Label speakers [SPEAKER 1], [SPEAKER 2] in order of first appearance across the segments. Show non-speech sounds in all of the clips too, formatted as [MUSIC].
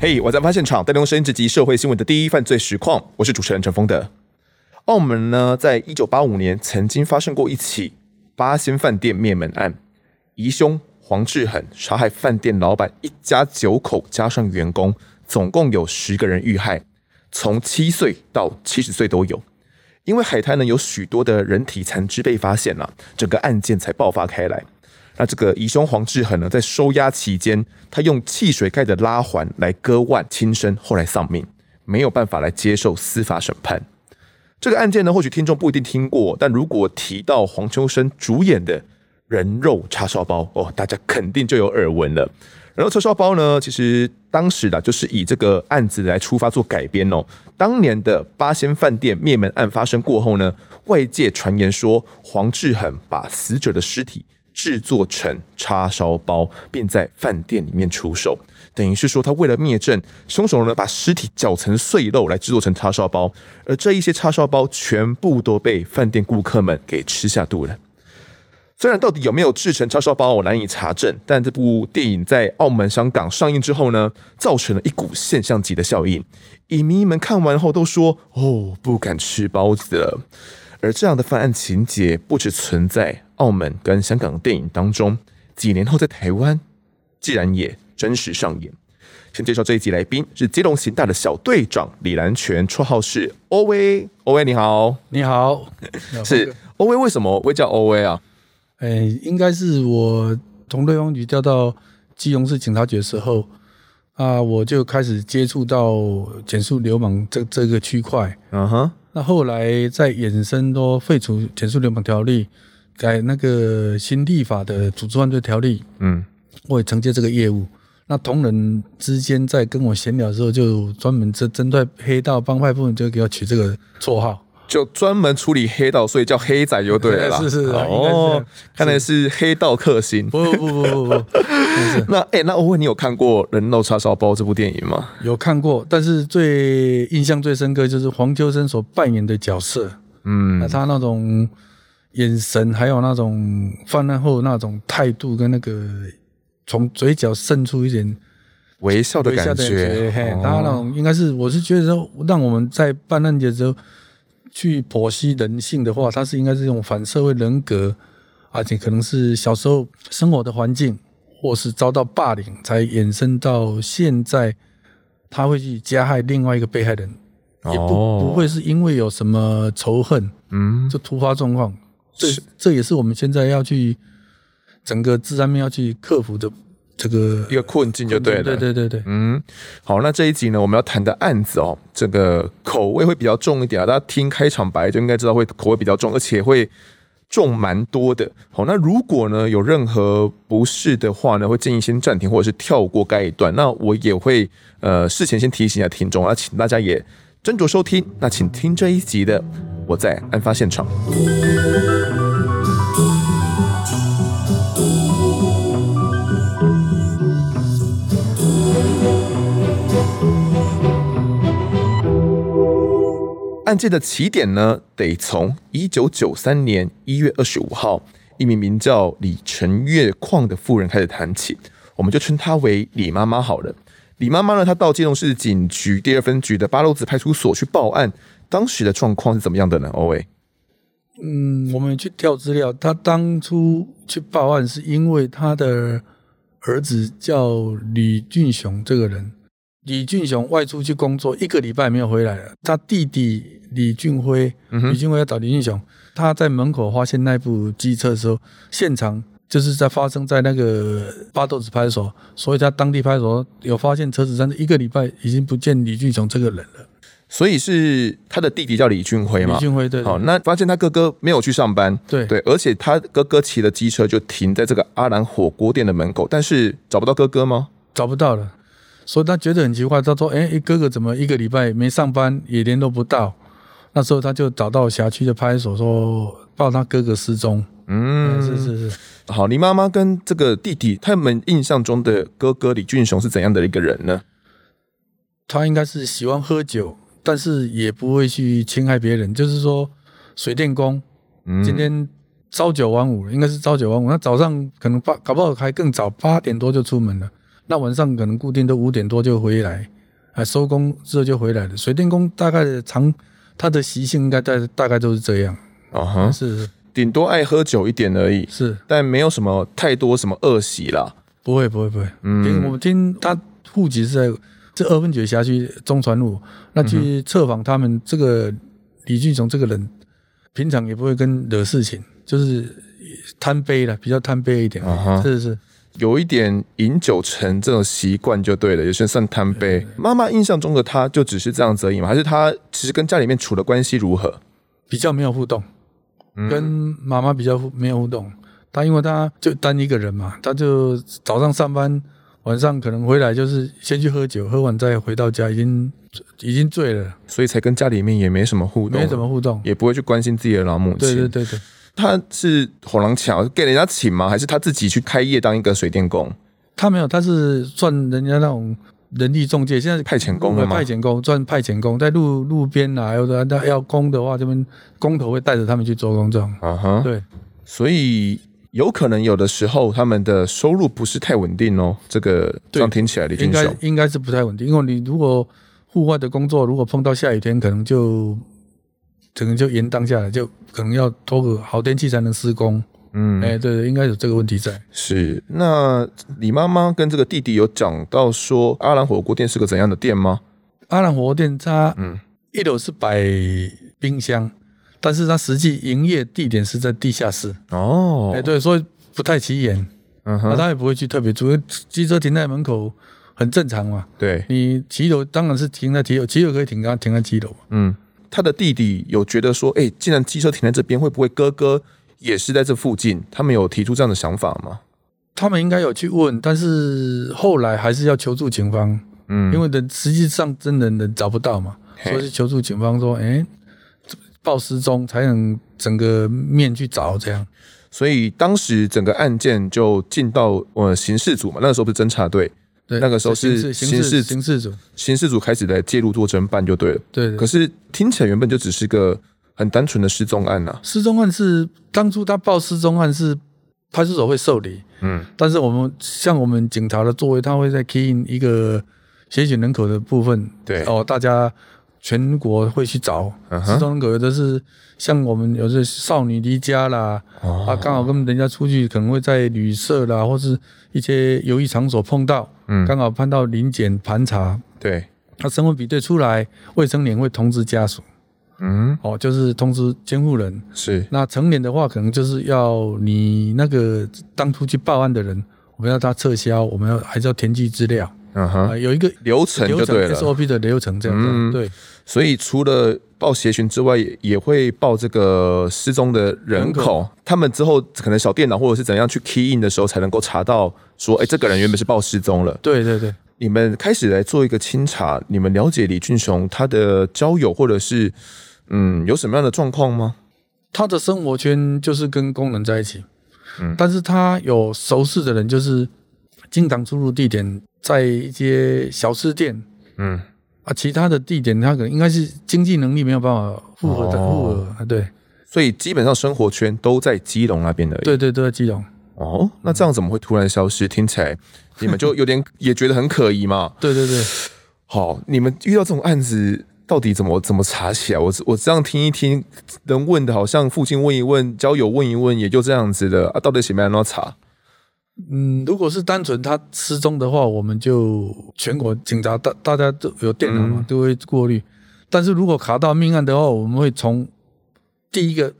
[SPEAKER 1] 嘿我在案发现场，带您用声音直击社会新闻的第一犯罪实况。我是主持人陈峰德。澳门呢，在一九八五年曾经发生过一起八仙饭店灭门案，疑凶黄志恒杀害饭店老板一家九口，加上员工，总共有十个人遇害，从七岁到七十岁都有。因为海滩呢有许多的人体残肢被发现了、整个案件才爆发开来。那这个疑凶黄志恒呢，在收押期间，他用汽水盖的拉环来割腕轻生，后来丧命，没有办法来接受司法审判。这个案件呢，或许听众不一定听过，但如果提到黄秋生主演的《人肉叉烧包》哦，大家肯定就有耳闻了。人肉叉烧包呢，其实当时的就是以这个案子来出发做改编哦。当年的八仙饭店灭门案发生过后呢，外界传言说黄志恒把死者的尸体制作成叉烧包，并在饭店里面出售。等于是说，他为了灭证，凶手呢把尸体绞成碎肉来制作成叉烧包，而这一些叉烧包全部都被饭店顾客们给吃下肚了。虽然到底有没有制成叉烧包，我难以查证，但这部电影在澳门、香港上映之后呢，造成了一股现象级的效应。影迷们看完后都说：“哦，不敢吃包子了。”而这样的犯案情节不只存在澳门跟香港电影当中，几年后在台湾既然也真实上演。先介绍这一集来宾是基隆刑大的小队长李兰泉，绰号是欧威。欧威你好，
[SPEAKER 2] 你好，呃
[SPEAKER 1] 是欧威。为什么会叫欧威啊？
[SPEAKER 2] 哎、应该是我从瑞丰局调到基隆市警察局的时候啊，我就开始接触到减速流氓这这个区块。
[SPEAKER 1] 嗯哼，
[SPEAKER 2] 那后来再衍生都废除减速流氓条例，改那个新立法的组织犯罪条例，
[SPEAKER 1] 嗯，
[SPEAKER 2] 我也承接这个业务。那同仁之间在跟我闲聊的时候，就专门针针对黑道帮派部分，就给我取这个绰号。
[SPEAKER 1] 就专门处理黑道，所以叫黑仔就对了啦。
[SPEAKER 2] [LAUGHS] 是是是应该是这
[SPEAKER 1] 哦
[SPEAKER 2] 样，
[SPEAKER 1] 看来是黑道克星。
[SPEAKER 2] 不不不不不不，
[SPEAKER 1] [LAUGHS] 那哎、那欧威，你有看过《人肉叉烧包》这部电影吗？
[SPEAKER 2] 有看过，但是最印象最深刻就是黄秋生所扮演的角色，
[SPEAKER 1] 嗯
[SPEAKER 2] 那他那种眼神，还有那种犯案后那种态度跟那个从嘴角渗出一点
[SPEAKER 1] 微笑的
[SPEAKER 2] 微笑
[SPEAKER 1] 感
[SPEAKER 2] 的感觉，
[SPEAKER 1] 觉，
[SPEAKER 2] 嘿，
[SPEAKER 1] 哦
[SPEAKER 2] 他那种应该是，我是觉得说，让我们在办案的时候去剖析人性的话，他是应该是用反社会人格，而且可能是小时候生活的环境，或是遭到霸凌，才衍生到现在，他会去加害另外一个被害人，也不、
[SPEAKER 1] 哦
[SPEAKER 2] 不会是因为有什么仇恨，
[SPEAKER 1] 嗯，
[SPEAKER 2] 就突发状况。这
[SPEAKER 1] 是
[SPEAKER 2] 这也是我们现在要去整个治安面要去克服的这个
[SPEAKER 1] 一个困境就对了。
[SPEAKER 2] 对对对对，
[SPEAKER 1] 嗯，好，那这一集呢，我们要谈的案子哦，这个口味会比较重一点啊。大家听开场白就应该知道会口味比较重，而且会重蛮多的。好，那如果呢有任何不适的话呢，会建议先暂停或者是跳过该一段。那我也会呃事前先提醒一下听众啊，请大家也斟酌收听。那请听这一集的我在案发现场。案件的起点呢，得从一九九三年一月二十五号，一名名叫李晨月矿的妇人开始谈起，我们就称她为李妈妈好了。李妈妈呢，她到基隆市警局第二分局的八楼子派出所去报案，当时的状况是怎么样的呢？欧伟，
[SPEAKER 2] 嗯，我们去调资料，他当初去报案是因为他的儿子叫李俊雄这个人，李俊雄外出去工作一个礼拜没有回来了，他弟弟李俊辉，李俊辉要找李俊雄，他在门口发现那部机车的时候，现场。就是在发生在那个八斗子派出所，所以他当地派出所有发现车子，但是一个礼拜已经不见李俊雄这个人了。
[SPEAKER 1] 所以是他的弟弟叫李俊辉嘛？
[SPEAKER 2] 李俊辉对，
[SPEAKER 1] 好，那发现他哥哥没有去上班，
[SPEAKER 2] 对
[SPEAKER 1] 对，而且他哥哥骑的机车就停在这个阿兰火锅店的门口，但是找不到哥哥吗？
[SPEAKER 2] 找不到了，所以他觉得很奇怪。他说：“哎、哥哥怎么一个礼拜没上班，也联络不到？”那时候他就找到辖区的派出所说报他哥哥失踪。嗯，是是是，
[SPEAKER 1] 好，你妈妈跟这个弟弟，他们印象中的哥哥李俊雄是怎样的一个人呢？
[SPEAKER 2] 他应该是喜欢喝酒，但是也不会去侵害别人，就是说水电工。
[SPEAKER 1] 嗯
[SPEAKER 2] 今天朝九晚五，应该是朝九晚五。那早上可能八，搞不好还更早，八点多就出门了。那晚上可能固定都五点多就回来，啊，收工之后就回来了。水电工大概的常他的习性应该大大概都是这样，
[SPEAKER 1] 啊哈，
[SPEAKER 2] 是
[SPEAKER 1] 顶多爱喝酒一点而已，
[SPEAKER 2] 是
[SPEAKER 1] 但没有什么太多什么恶习啦。
[SPEAKER 2] 不会不会不会。
[SPEAKER 1] 嗯
[SPEAKER 2] 听我们听他户籍是在这二分局辖区中传路，那去
[SPEAKER 1] 嗯
[SPEAKER 2] 测访他们这个李俊雄这个人，平常也不会跟惹事情，就是贪杯了，比较贪杯一点，
[SPEAKER 1] 啊哈
[SPEAKER 2] 是是。
[SPEAKER 1] 有一点饮酒成这种习惯就对了，有些人算贪
[SPEAKER 2] 嗯
[SPEAKER 1] 杯。妈妈印象中的他就只是这样子而已嘛，还是他其实跟家里面处的关系如何？
[SPEAKER 2] 比较没有互动，
[SPEAKER 1] 嗯
[SPEAKER 2] 跟妈妈比较互没有互动。他因为他就单一个人嘛，他就早上上班，晚上可能回来就是先去喝酒，喝完再回到家，已经已经醉了，
[SPEAKER 1] 所以才跟家里面也没什么互动，
[SPEAKER 2] 没怎么互动。
[SPEAKER 1] 也不会去关心自己的老母亲。
[SPEAKER 2] 对对对对，
[SPEAKER 1] 他是火狼巧给人家请吗？还是他自己去开业当一个水电工？
[SPEAKER 2] 他没有，他是算人家那种人力中介，现在
[SPEAKER 1] 派遣工了吗
[SPEAKER 2] 派遣工赚派遣工，在路路边啊，有的那要工的话，这边工头会带着他们去做工这种。
[SPEAKER 1] 啊哈，
[SPEAKER 2] 对，
[SPEAKER 1] 所以有可能有的时候他们的收入不是太稳定哦。这个这
[SPEAKER 2] 对
[SPEAKER 1] 样听起来，李
[SPEAKER 2] 应
[SPEAKER 1] 俊
[SPEAKER 2] 该
[SPEAKER 1] 雄
[SPEAKER 2] 应该是不太稳定，因为你如果户外的工作，如果碰到下雨天，可能就可能就延宕下来，就可能要拖个好天气才能施工。
[SPEAKER 1] 嗯
[SPEAKER 2] 哎、对对，应该有这个问题在。
[SPEAKER 1] 是。那李妈妈跟这个弟弟有讲到说阿兰火锅店是个怎样的店吗？
[SPEAKER 2] 阿兰火锅店它
[SPEAKER 1] 嗯
[SPEAKER 2] 一楼是摆冰箱，但是它实际营业地点是在地下室。
[SPEAKER 1] 哦
[SPEAKER 2] 哎、，对，所以不太起眼，
[SPEAKER 1] 嗯
[SPEAKER 2] 那、
[SPEAKER 1] 哼，
[SPEAKER 2] 他也不会去特别注意，机车停在门口很正常嘛。
[SPEAKER 1] 对，
[SPEAKER 2] 你骑楼当然是停在骑楼，骑楼可以停啊，停在骑楼嘛。
[SPEAKER 1] 嗯，他的弟弟有觉得说，哎、既然机车停在这边，会不会哥哥也是在这附近？他们有提出这样的想法吗？
[SPEAKER 2] 他们应该有去问，但是后来还是要求助警方，
[SPEAKER 1] 嗯
[SPEAKER 2] 因为人实际上真人人找不到嘛，
[SPEAKER 1] 嘿
[SPEAKER 2] 所以是求助警方说，哎、报失踪才能整个面去找这样。
[SPEAKER 1] 所以当时整个案件就进到呃刑事组嘛，那个时候不是侦查队，
[SPEAKER 2] 对，
[SPEAKER 1] 那个时候是
[SPEAKER 2] 刑
[SPEAKER 1] 刑事
[SPEAKER 2] 事刑事刑事组，
[SPEAKER 1] 刑事组开始来介入做侦办就对了。
[SPEAKER 2] 对对
[SPEAKER 1] 可是听起来原本就只是个很单纯的失踪案啊呐、
[SPEAKER 2] 失踪案是当初他报失踪案是派出所会受理，
[SPEAKER 1] 嗯，
[SPEAKER 2] 但是我们像我们警察的作为，他会在 key in 一个协选人口的部分，
[SPEAKER 1] 对
[SPEAKER 2] 哦，大家全国会去找
[SPEAKER 1] 嗯哼
[SPEAKER 2] 失踪人口，有的是像我们有的少女离家啦，
[SPEAKER 1] 哦
[SPEAKER 2] 啊，刚好跟人家出去，可能会在旅社啦，或是一些游艺场所碰到，
[SPEAKER 1] 嗯
[SPEAKER 2] 刚好碰到临检盘查，
[SPEAKER 1] 对，
[SPEAKER 2] 他身份比对出来，卫生联会通知家属，
[SPEAKER 1] 嗯，
[SPEAKER 2] 哦，就是通知监护人，
[SPEAKER 1] 是
[SPEAKER 2] 那成年的话，可能就是要你那个当初去报案的人，我们要他撤销，我们要还是要填记资料
[SPEAKER 1] 嗯
[SPEAKER 2] 啊、
[SPEAKER 1] 哼，
[SPEAKER 2] 有一个
[SPEAKER 1] 流程
[SPEAKER 2] 流
[SPEAKER 1] 就
[SPEAKER 2] 程
[SPEAKER 1] 对了。
[SPEAKER 2] SOP 的流程这样子。啊
[SPEAKER 1] 嗯
[SPEAKER 2] 对，
[SPEAKER 1] 所以除了报协寻之外，也也会报这个失踪的人
[SPEAKER 2] 人
[SPEAKER 1] 口，
[SPEAKER 2] 口
[SPEAKER 1] 他们之后可能小电脑或者是怎样去 key in 的时候，才能够查到说，哎、这个人原本是报失踪了。
[SPEAKER 2] 对对对，
[SPEAKER 1] 你们开始来做一个清查，你们了解李俊雄他的交友或者是嗯有什么样的状况吗？
[SPEAKER 2] 他的生活圈就是跟工人在一起，
[SPEAKER 1] 嗯
[SPEAKER 2] 但是他有熟识的人，就是经常出入地点在一些小吃店
[SPEAKER 1] 嗯，
[SPEAKER 2] 啊，其他的地点他可能应该是经济能力没有办法复合的复合
[SPEAKER 1] 哦
[SPEAKER 2] 啊，对
[SPEAKER 1] 所以基本上生活圈都在基隆那边而已。
[SPEAKER 2] 对对对，基隆，
[SPEAKER 1] 哦，那这样怎么会突然消失？听起来你们就有点也觉得很可疑嘛。 [LAUGHS]
[SPEAKER 2] 对对对。
[SPEAKER 1] 好，你们遇到这种案子到底怎么怎么查起来？我我这样听一听，能问的好像附近问一问，交友问一问，也就这样子的啊。到底什么样的查？
[SPEAKER 2] 嗯，如果是单纯他失踪的话，我们就全国警察大大家都有电脑嘛，
[SPEAKER 1] 嗯
[SPEAKER 2] 都会过滤。但是如果卡到命案的话，我们会从第一个，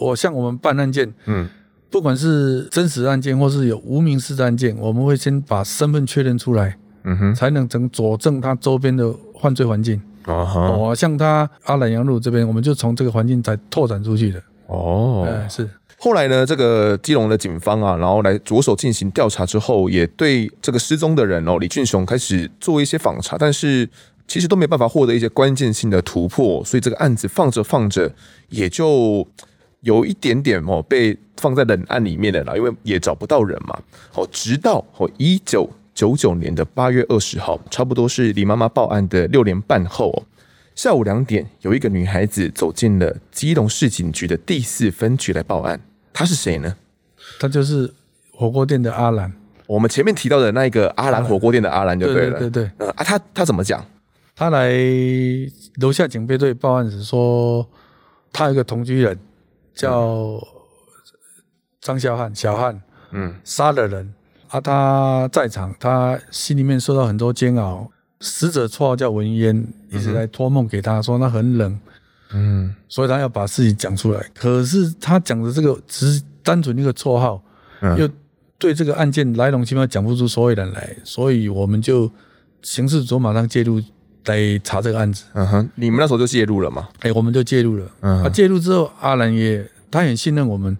[SPEAKER 2] 我像我们办案件，
[SPEAKER 1] 嗯，
[SPEAKER 2] 不管是真实案件或是有无名氏的案件，我们会先把身份确认出来，
[SPEAKER 1] 嗯哼，
[SPEAKER 2] 才能整佐证他周边的犯罪环境。
[SPEAKER 1] 啊哈，
[SPEAKER 2] 哦，像他阿兰阳路这边，我们就从这个环境才拓展出去的。
[SPEAKER 1] 哦，
[SPEAKER 2] 哎、是
[SPEAKER 1] 后来呢，这个基隆的警方啊，然后来着手进行调查之后，也对这个失踪的人哦李俊雄开始做一些访查，但是其实都没办法获得一些关键性的突破，所以这个案子放着放着也就有一点点哦被放在冷案里面的啦，因为也找不到人嘛。哦，直到哦一九九九年的八月二十号，差不多是李妈妈报案的六年半后、哦。下午两点，有一个女孩子走进了基隆市警局的第四分局来报案。她是谁呢？
[SPEAKER 2] 他就是火锅店的阿兰。
[SPEAKER 1] 我们前面提到的那一个阿兰火锅店的阿兰就
[SPEAKER 2] 对
[SPEAKER 1] 了。
[SPEAKER 2] 对对，
[SPEAKER 1] 呃啊，他他怎么讲？
[SPEAKER 2] 他来楼下警备队报案时说，他有一个同居人叫张小汉，小汉
[SPEAKER 1] 嗯
[SPEAKER 2] 杀了人啊，他在场，他心里面受到很多煎熬。死者绰号叫文烟，一直在托梦给他说他很冷，
[SPEAKER 1] 嗯
[SPEAKER 2] 所以他要把事情讲出来。可是他讲的这个只是单纯一个绰号，
[SPEAKER 1] 嗯
[SPEAKER 2] 又对这个案件来龙去脉讲不出所有人来，所以我们就刑事组马上介入来查这个案子。
[SPEAKER 1] 嗯哼，你们那时候就介入了嘛？
[SPEAKER 2] 哎、我们就介入了。
[SPEAKER 1] 嗯
[SPEAKER 2] 啊，介入之后，阿兰也他很信任我们，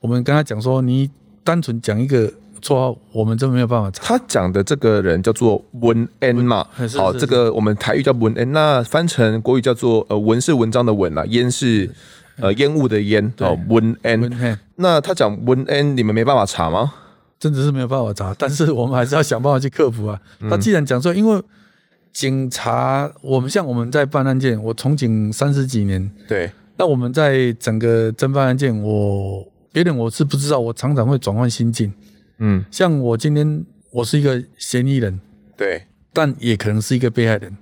[SPEAKER 2] 我们跟他讲说，你单纯讲一个绰号，我们真没有办法查。
[SPEAKER 1] 他讲的这个人叫做文恩嘛
[SPEAKER 2] 文，是
[SPEAKER 1] 好，
[SPEAKER 2] 是
[SPEAKER 1] 这个我们台语叫文恩，那翻成国语叫做呃文是文章的文
[SPEAKER 2] 嗯
[SPEAKER 1] 啦，烟是呃烟雾的烟，哦文
[SPEAKER 2] 我们
[SPEAKER 1] 恩。
[SPEAKER 2] 嘿，
[SPEAKER 1] 那他讲文恩，你们没办法查吗？
[SPEAKER 2] 真的是没有办法查，但是我们还是要想办法去克服啊。
[SPEAKER 1] 嗯
[SPEAKER 2] 他既然讲出来，因为警察，我们像我们在办案件，我从警三十几年，
[SPEAKER 1] 对，
[SPEAKER 2] 那我们在整个侦办案件，我别人我是不知道，我常常会转换心境。
[SPEAKER 1] 嗯，
[SPEAKER 2] 像我今天我是一个嫌疑人，
[SPEAKER 1] 对，
[SPEAKER 2] 但也可能是一个被害人。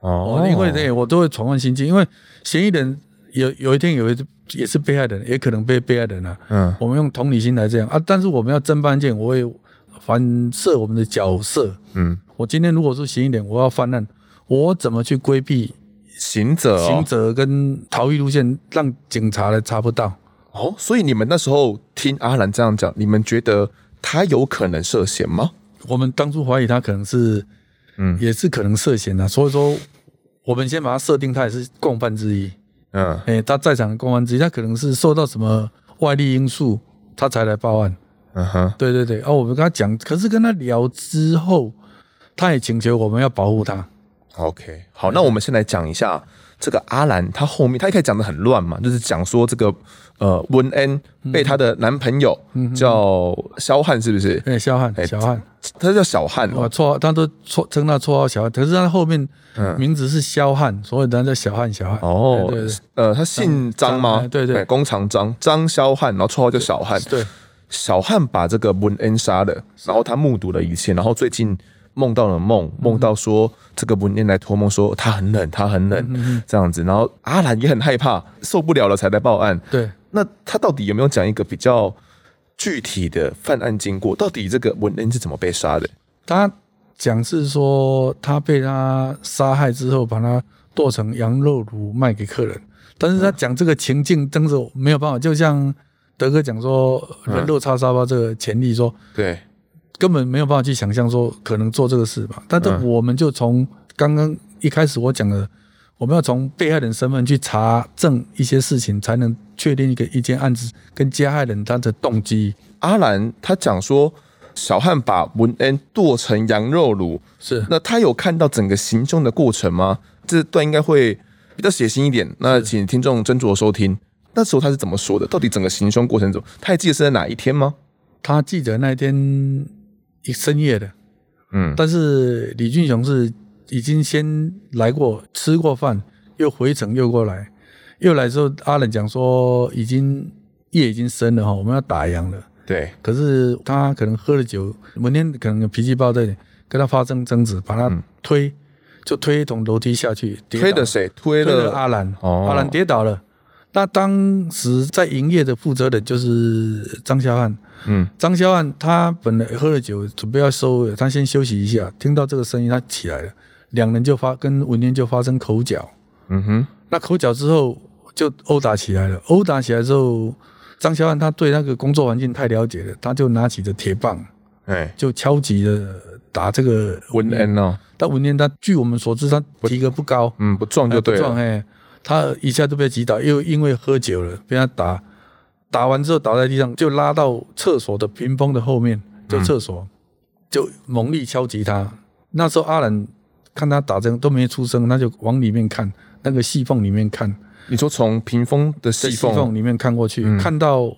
[SPEAKER 1] 哦
[SPEAKER 2] 哦，因为对我都会转换心境，因为嫌疑人有有一天也会也是被害人，也可能被被害人啊。
[SPEAKER 1] 嗯
[SPEAKER 2] 我们用同理心来这样啊，但是我们要侦办案件，我会反射我们的角色。
[SPEAKER 1] 嗯，
[SPEAKER 2] 我今天如果是嫌疑人，我要犯案，我怎么去规避
[SPEAKER 1] 行者
[SPEAKER 2] 刑
[SPEAKER 1] 哦，
[SPEAKER 2] 责跟逃逸路线，让警察来查不到？
[SPEAKER 1] 哦，所以你们那时候听阿兰这样讲，你们觉得他有可能涉嫌吗？
[SPEAKER 2] 我们当初怀疑他可能是，
[SPEAKER 1] 嗯
[SPEAKER 2] 也是可能涉嫌的、啊所以说我们先把他设定他也是共犯之一。
[SPEAKER 1] 嗯
[SPEAKER 2] 哎、他在场的公安之一，他可能是受到什么外力因素，他才来报案。
[SPEAKER 1] 嗯哼，
[SPEAKER 2] 对对对，啊，我们跟他讲，可是跟他聊之后，他也请求我们要保护他。
[SPEAKER 1] OK，好，那我们先来讲一下这个阿兰，她后面她一开始讲的很乱嘛，就是讲说这个呃温恩被她的男朋友叫肖汉，是不是？
[SPEAKER 2] 哎、肖汉
[SPEAKER 1] 哎，
[SPEAKER 2] 小汉，
[SPEAKER 1] 他叫小汉哦
[SPEAKER 2] 我，绰号他都绰称他绰号小汉，可是他后面名字是肖汉，所以人家叫小汉小汉。
[SPEAKER 1] 嗯哦
[SPEAKER 2] 对对对，
[SPEAKER 1] 呃，他姓张吗
[SPEAKER 2] 张？哎对对
[SPEAKER 1] 哎弓长张，张肖汉，然后绰号叫小汉。
[SPEAKER 2] 对，
[SPEAKER 1] 小汉把这个文恩杀了，然后他目睹了一切，然后最近梦到了
[SPEAKER 2] 嗯
[SPEAKER 1] 梦，梦到说这个文恩来托梦说他很冷，他很
[SPEAKER 2] 嗯
[SPEAKER 1] 冷这样子，然后阿兰也很害怕，受不了了才来报案。
[SPEAKER 2] 对，
[SPEAKER 1] 那他到底有没有讲一个比较具体的犯案经过？到底这个文恩是怎么被杀的？
[SPEAKER 2] 他讲是说他被他杀害之后，把他剁成羊肉炉卖给客人。但是他讲这个情境真是没有办法，就像德哥讲说人肉叉烧包这个潜力说，
[SPEAKER 1] 对，
[SPEAKER 2] 根本没有办法去想象说可能做这个事嘛。但是
[SPEAKER 1] 嗯
[SPEAKER 2] 我们就从刚刚一开始我讲的，我们要从被害人身份去查证一些事情，才能确定一个一件案子跟加害人他的动机。
[SPEAKER 1] 阿兰他讲说，小汉把文恩剁成羊肉炉，
[SPEAKER 2] 是
[SPEAKER 1] 那他有看到整个行凶的过程吗？这段应该会比较血腥一点，那请听众斟酌收听。那时候他是怎么说的？到底整个行凶过程怎么？他还记得是在哪一天吗？
[SPEAKER 2] 他记得那天一深夜的，
[SPEAKER 1] 嗯
[SPEAKER 2] 但是李俊雄是已经先来过吃过饭，又回程又过来，又来之后，阿冷讲说已经夜已经深了哈，我们要打烊了。
[SPEAKER 1] 对，
[SPEAKER 2] 可是他可能喝了酒，文天可能有脾气暴躁一点，跟他发生争执，把他推，就推从楼梯下去，跌倒
[SPEAKER 1] 推了谁？推
[SPEAKER 2] 推啊了
[SPEAKER 1] 了
[SPEAKER 2] 阿兰，
[SPEAKER 1] 哦
[SPEAKER 2] 阿兰跌倒了。那当时在营业的负责人就是张小汉，
[SPEAKER 1] 嗯，
[SPEAKER 2] 张小汉他本来喝了酒，准备要收尾，他先休息一下，听到这个声音，他起来了，两人就发跟文天就发生口角，
[SPEAKER 1] 嗯哼，
[SPEAKER 2] 那口角之后就殴打起来了，殴打起来之后，张小汉他对那个工作环境太了解了，他就拿起的铁棒
[SPEAKER 1] 哎，
[SPEAKER 2] 就敲击的打这个
[SPEAKER 1] 文，
[SPEAKER 2] 嗯
[SPEAKER 1] 恩哦，
[SPEAKER 2] 但文天他据我们所知，他体格不高，
[SPEAKER 1] 嗯，不撞
[SPEAKER 2] 哎
[SPEAKER 1] 就
[SPEAKER 2] 不
[SPEAKER 1] 对
[SPEAKER 2] 撞
[SPEAKER 1] 了，
[SPEAKER 2] 哎，他一下就被击倒，又因为喝酒了被他打，打完之后倒在地上，就拉到厕所的屏风的后面，
[SPEAKER 1] 嗯
[SPEAKER 2] 就厕所、就猛力敲击他。那时候阿兰看他打针都没出声，他就往里面看那个细缝里面看，
[SPEAKER 1] 你说从屏风的
[SPEAKER 2] 在
[SPEAKER 1] 细
[SPEAKER 2] 细
[SPEAKER 1] 缝，
[SPEAKER 2] 缝里面看过去，看到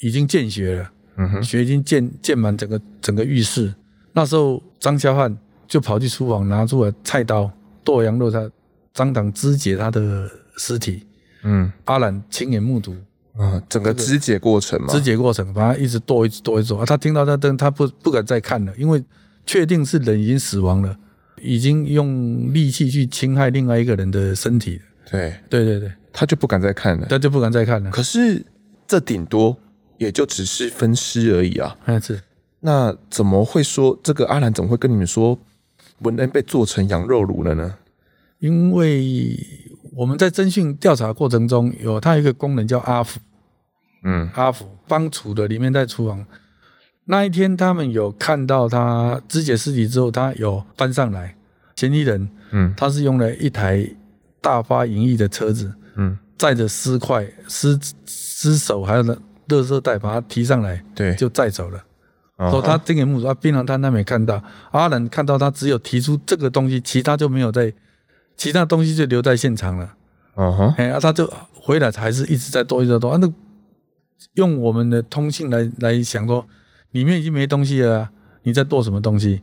[SPEAKER 2] 已经见血了，
[SPEAKER 1] 嗯哼，
[SPEAKER 2] 血已经溅溅满整个整个浴室。那时候张小汉就跑去厨房拿出了菜刀剁羊肉，他当场肢解他的尸体。
[SPEAKER 1] 嗯
[SPEAKER 2] 阿兰亲眼目睹
[SPEAKER 1] 嗯，整个肢解过程嘛，
[SPEAKER 2] 肢解过程，把他一直剁，一直剁，一直剁。啊他听到那灯，他不不敢再看了，因为确定是人已经死亡了，已经用利器去侵害另外一个人的身体了。
[SPEAKER 1] 对，
[SPEAKER 2] 对对对，
[SPEAKER 1] 他就不敢再看了。
[SPEAKER 2] 他就不敢再看了。
[SPEAKER 1] 可是这顶多也就只是分尸而已啊。
[SPEAKER 2] 哎，是
[SPEAKER 1] 那怎么会说这个阿兰怎么会跟你们说文恩被做成羊肉炉了呢？
[SPEAKER 2] 因为我们在侦讯调查过程中，有他有一个工人叫阿福，
[SPEAKER 1] 嗯，
[SPEAKER 2] 阿福帮厨的，里面在厨房。那一天，他们有看到他肢解尸体之后，他有搬上来。嫌疑人，
[SPEAKER 1] 嗯，
[SPEAKER 2] 他是用了一台大发盈利的车子，
[SPEAKER 1] 嗯，
[SPEAKER 2] 载着尸块、尸尸首还有呢垃圾袋，把它提上来
[SPEAKER 1] 对，
[SPEAKER 2] 就载走了。
[SPEAKER 1] 嗯
[SPEAKER 2] 说他这个目说啊，槟榔摊他没看到，阿兰看啊到他只有提出这个东西，其他就没有在，其他东西就留在现场了。
[SPEAKER 1] 嗯哼，
[SPEAKER 2] 哎、啊，他就回来还是一直在剁，一直在剁。啊，那用我们的通信来来想说，里面已经没东西了啊、你在剁什么东西？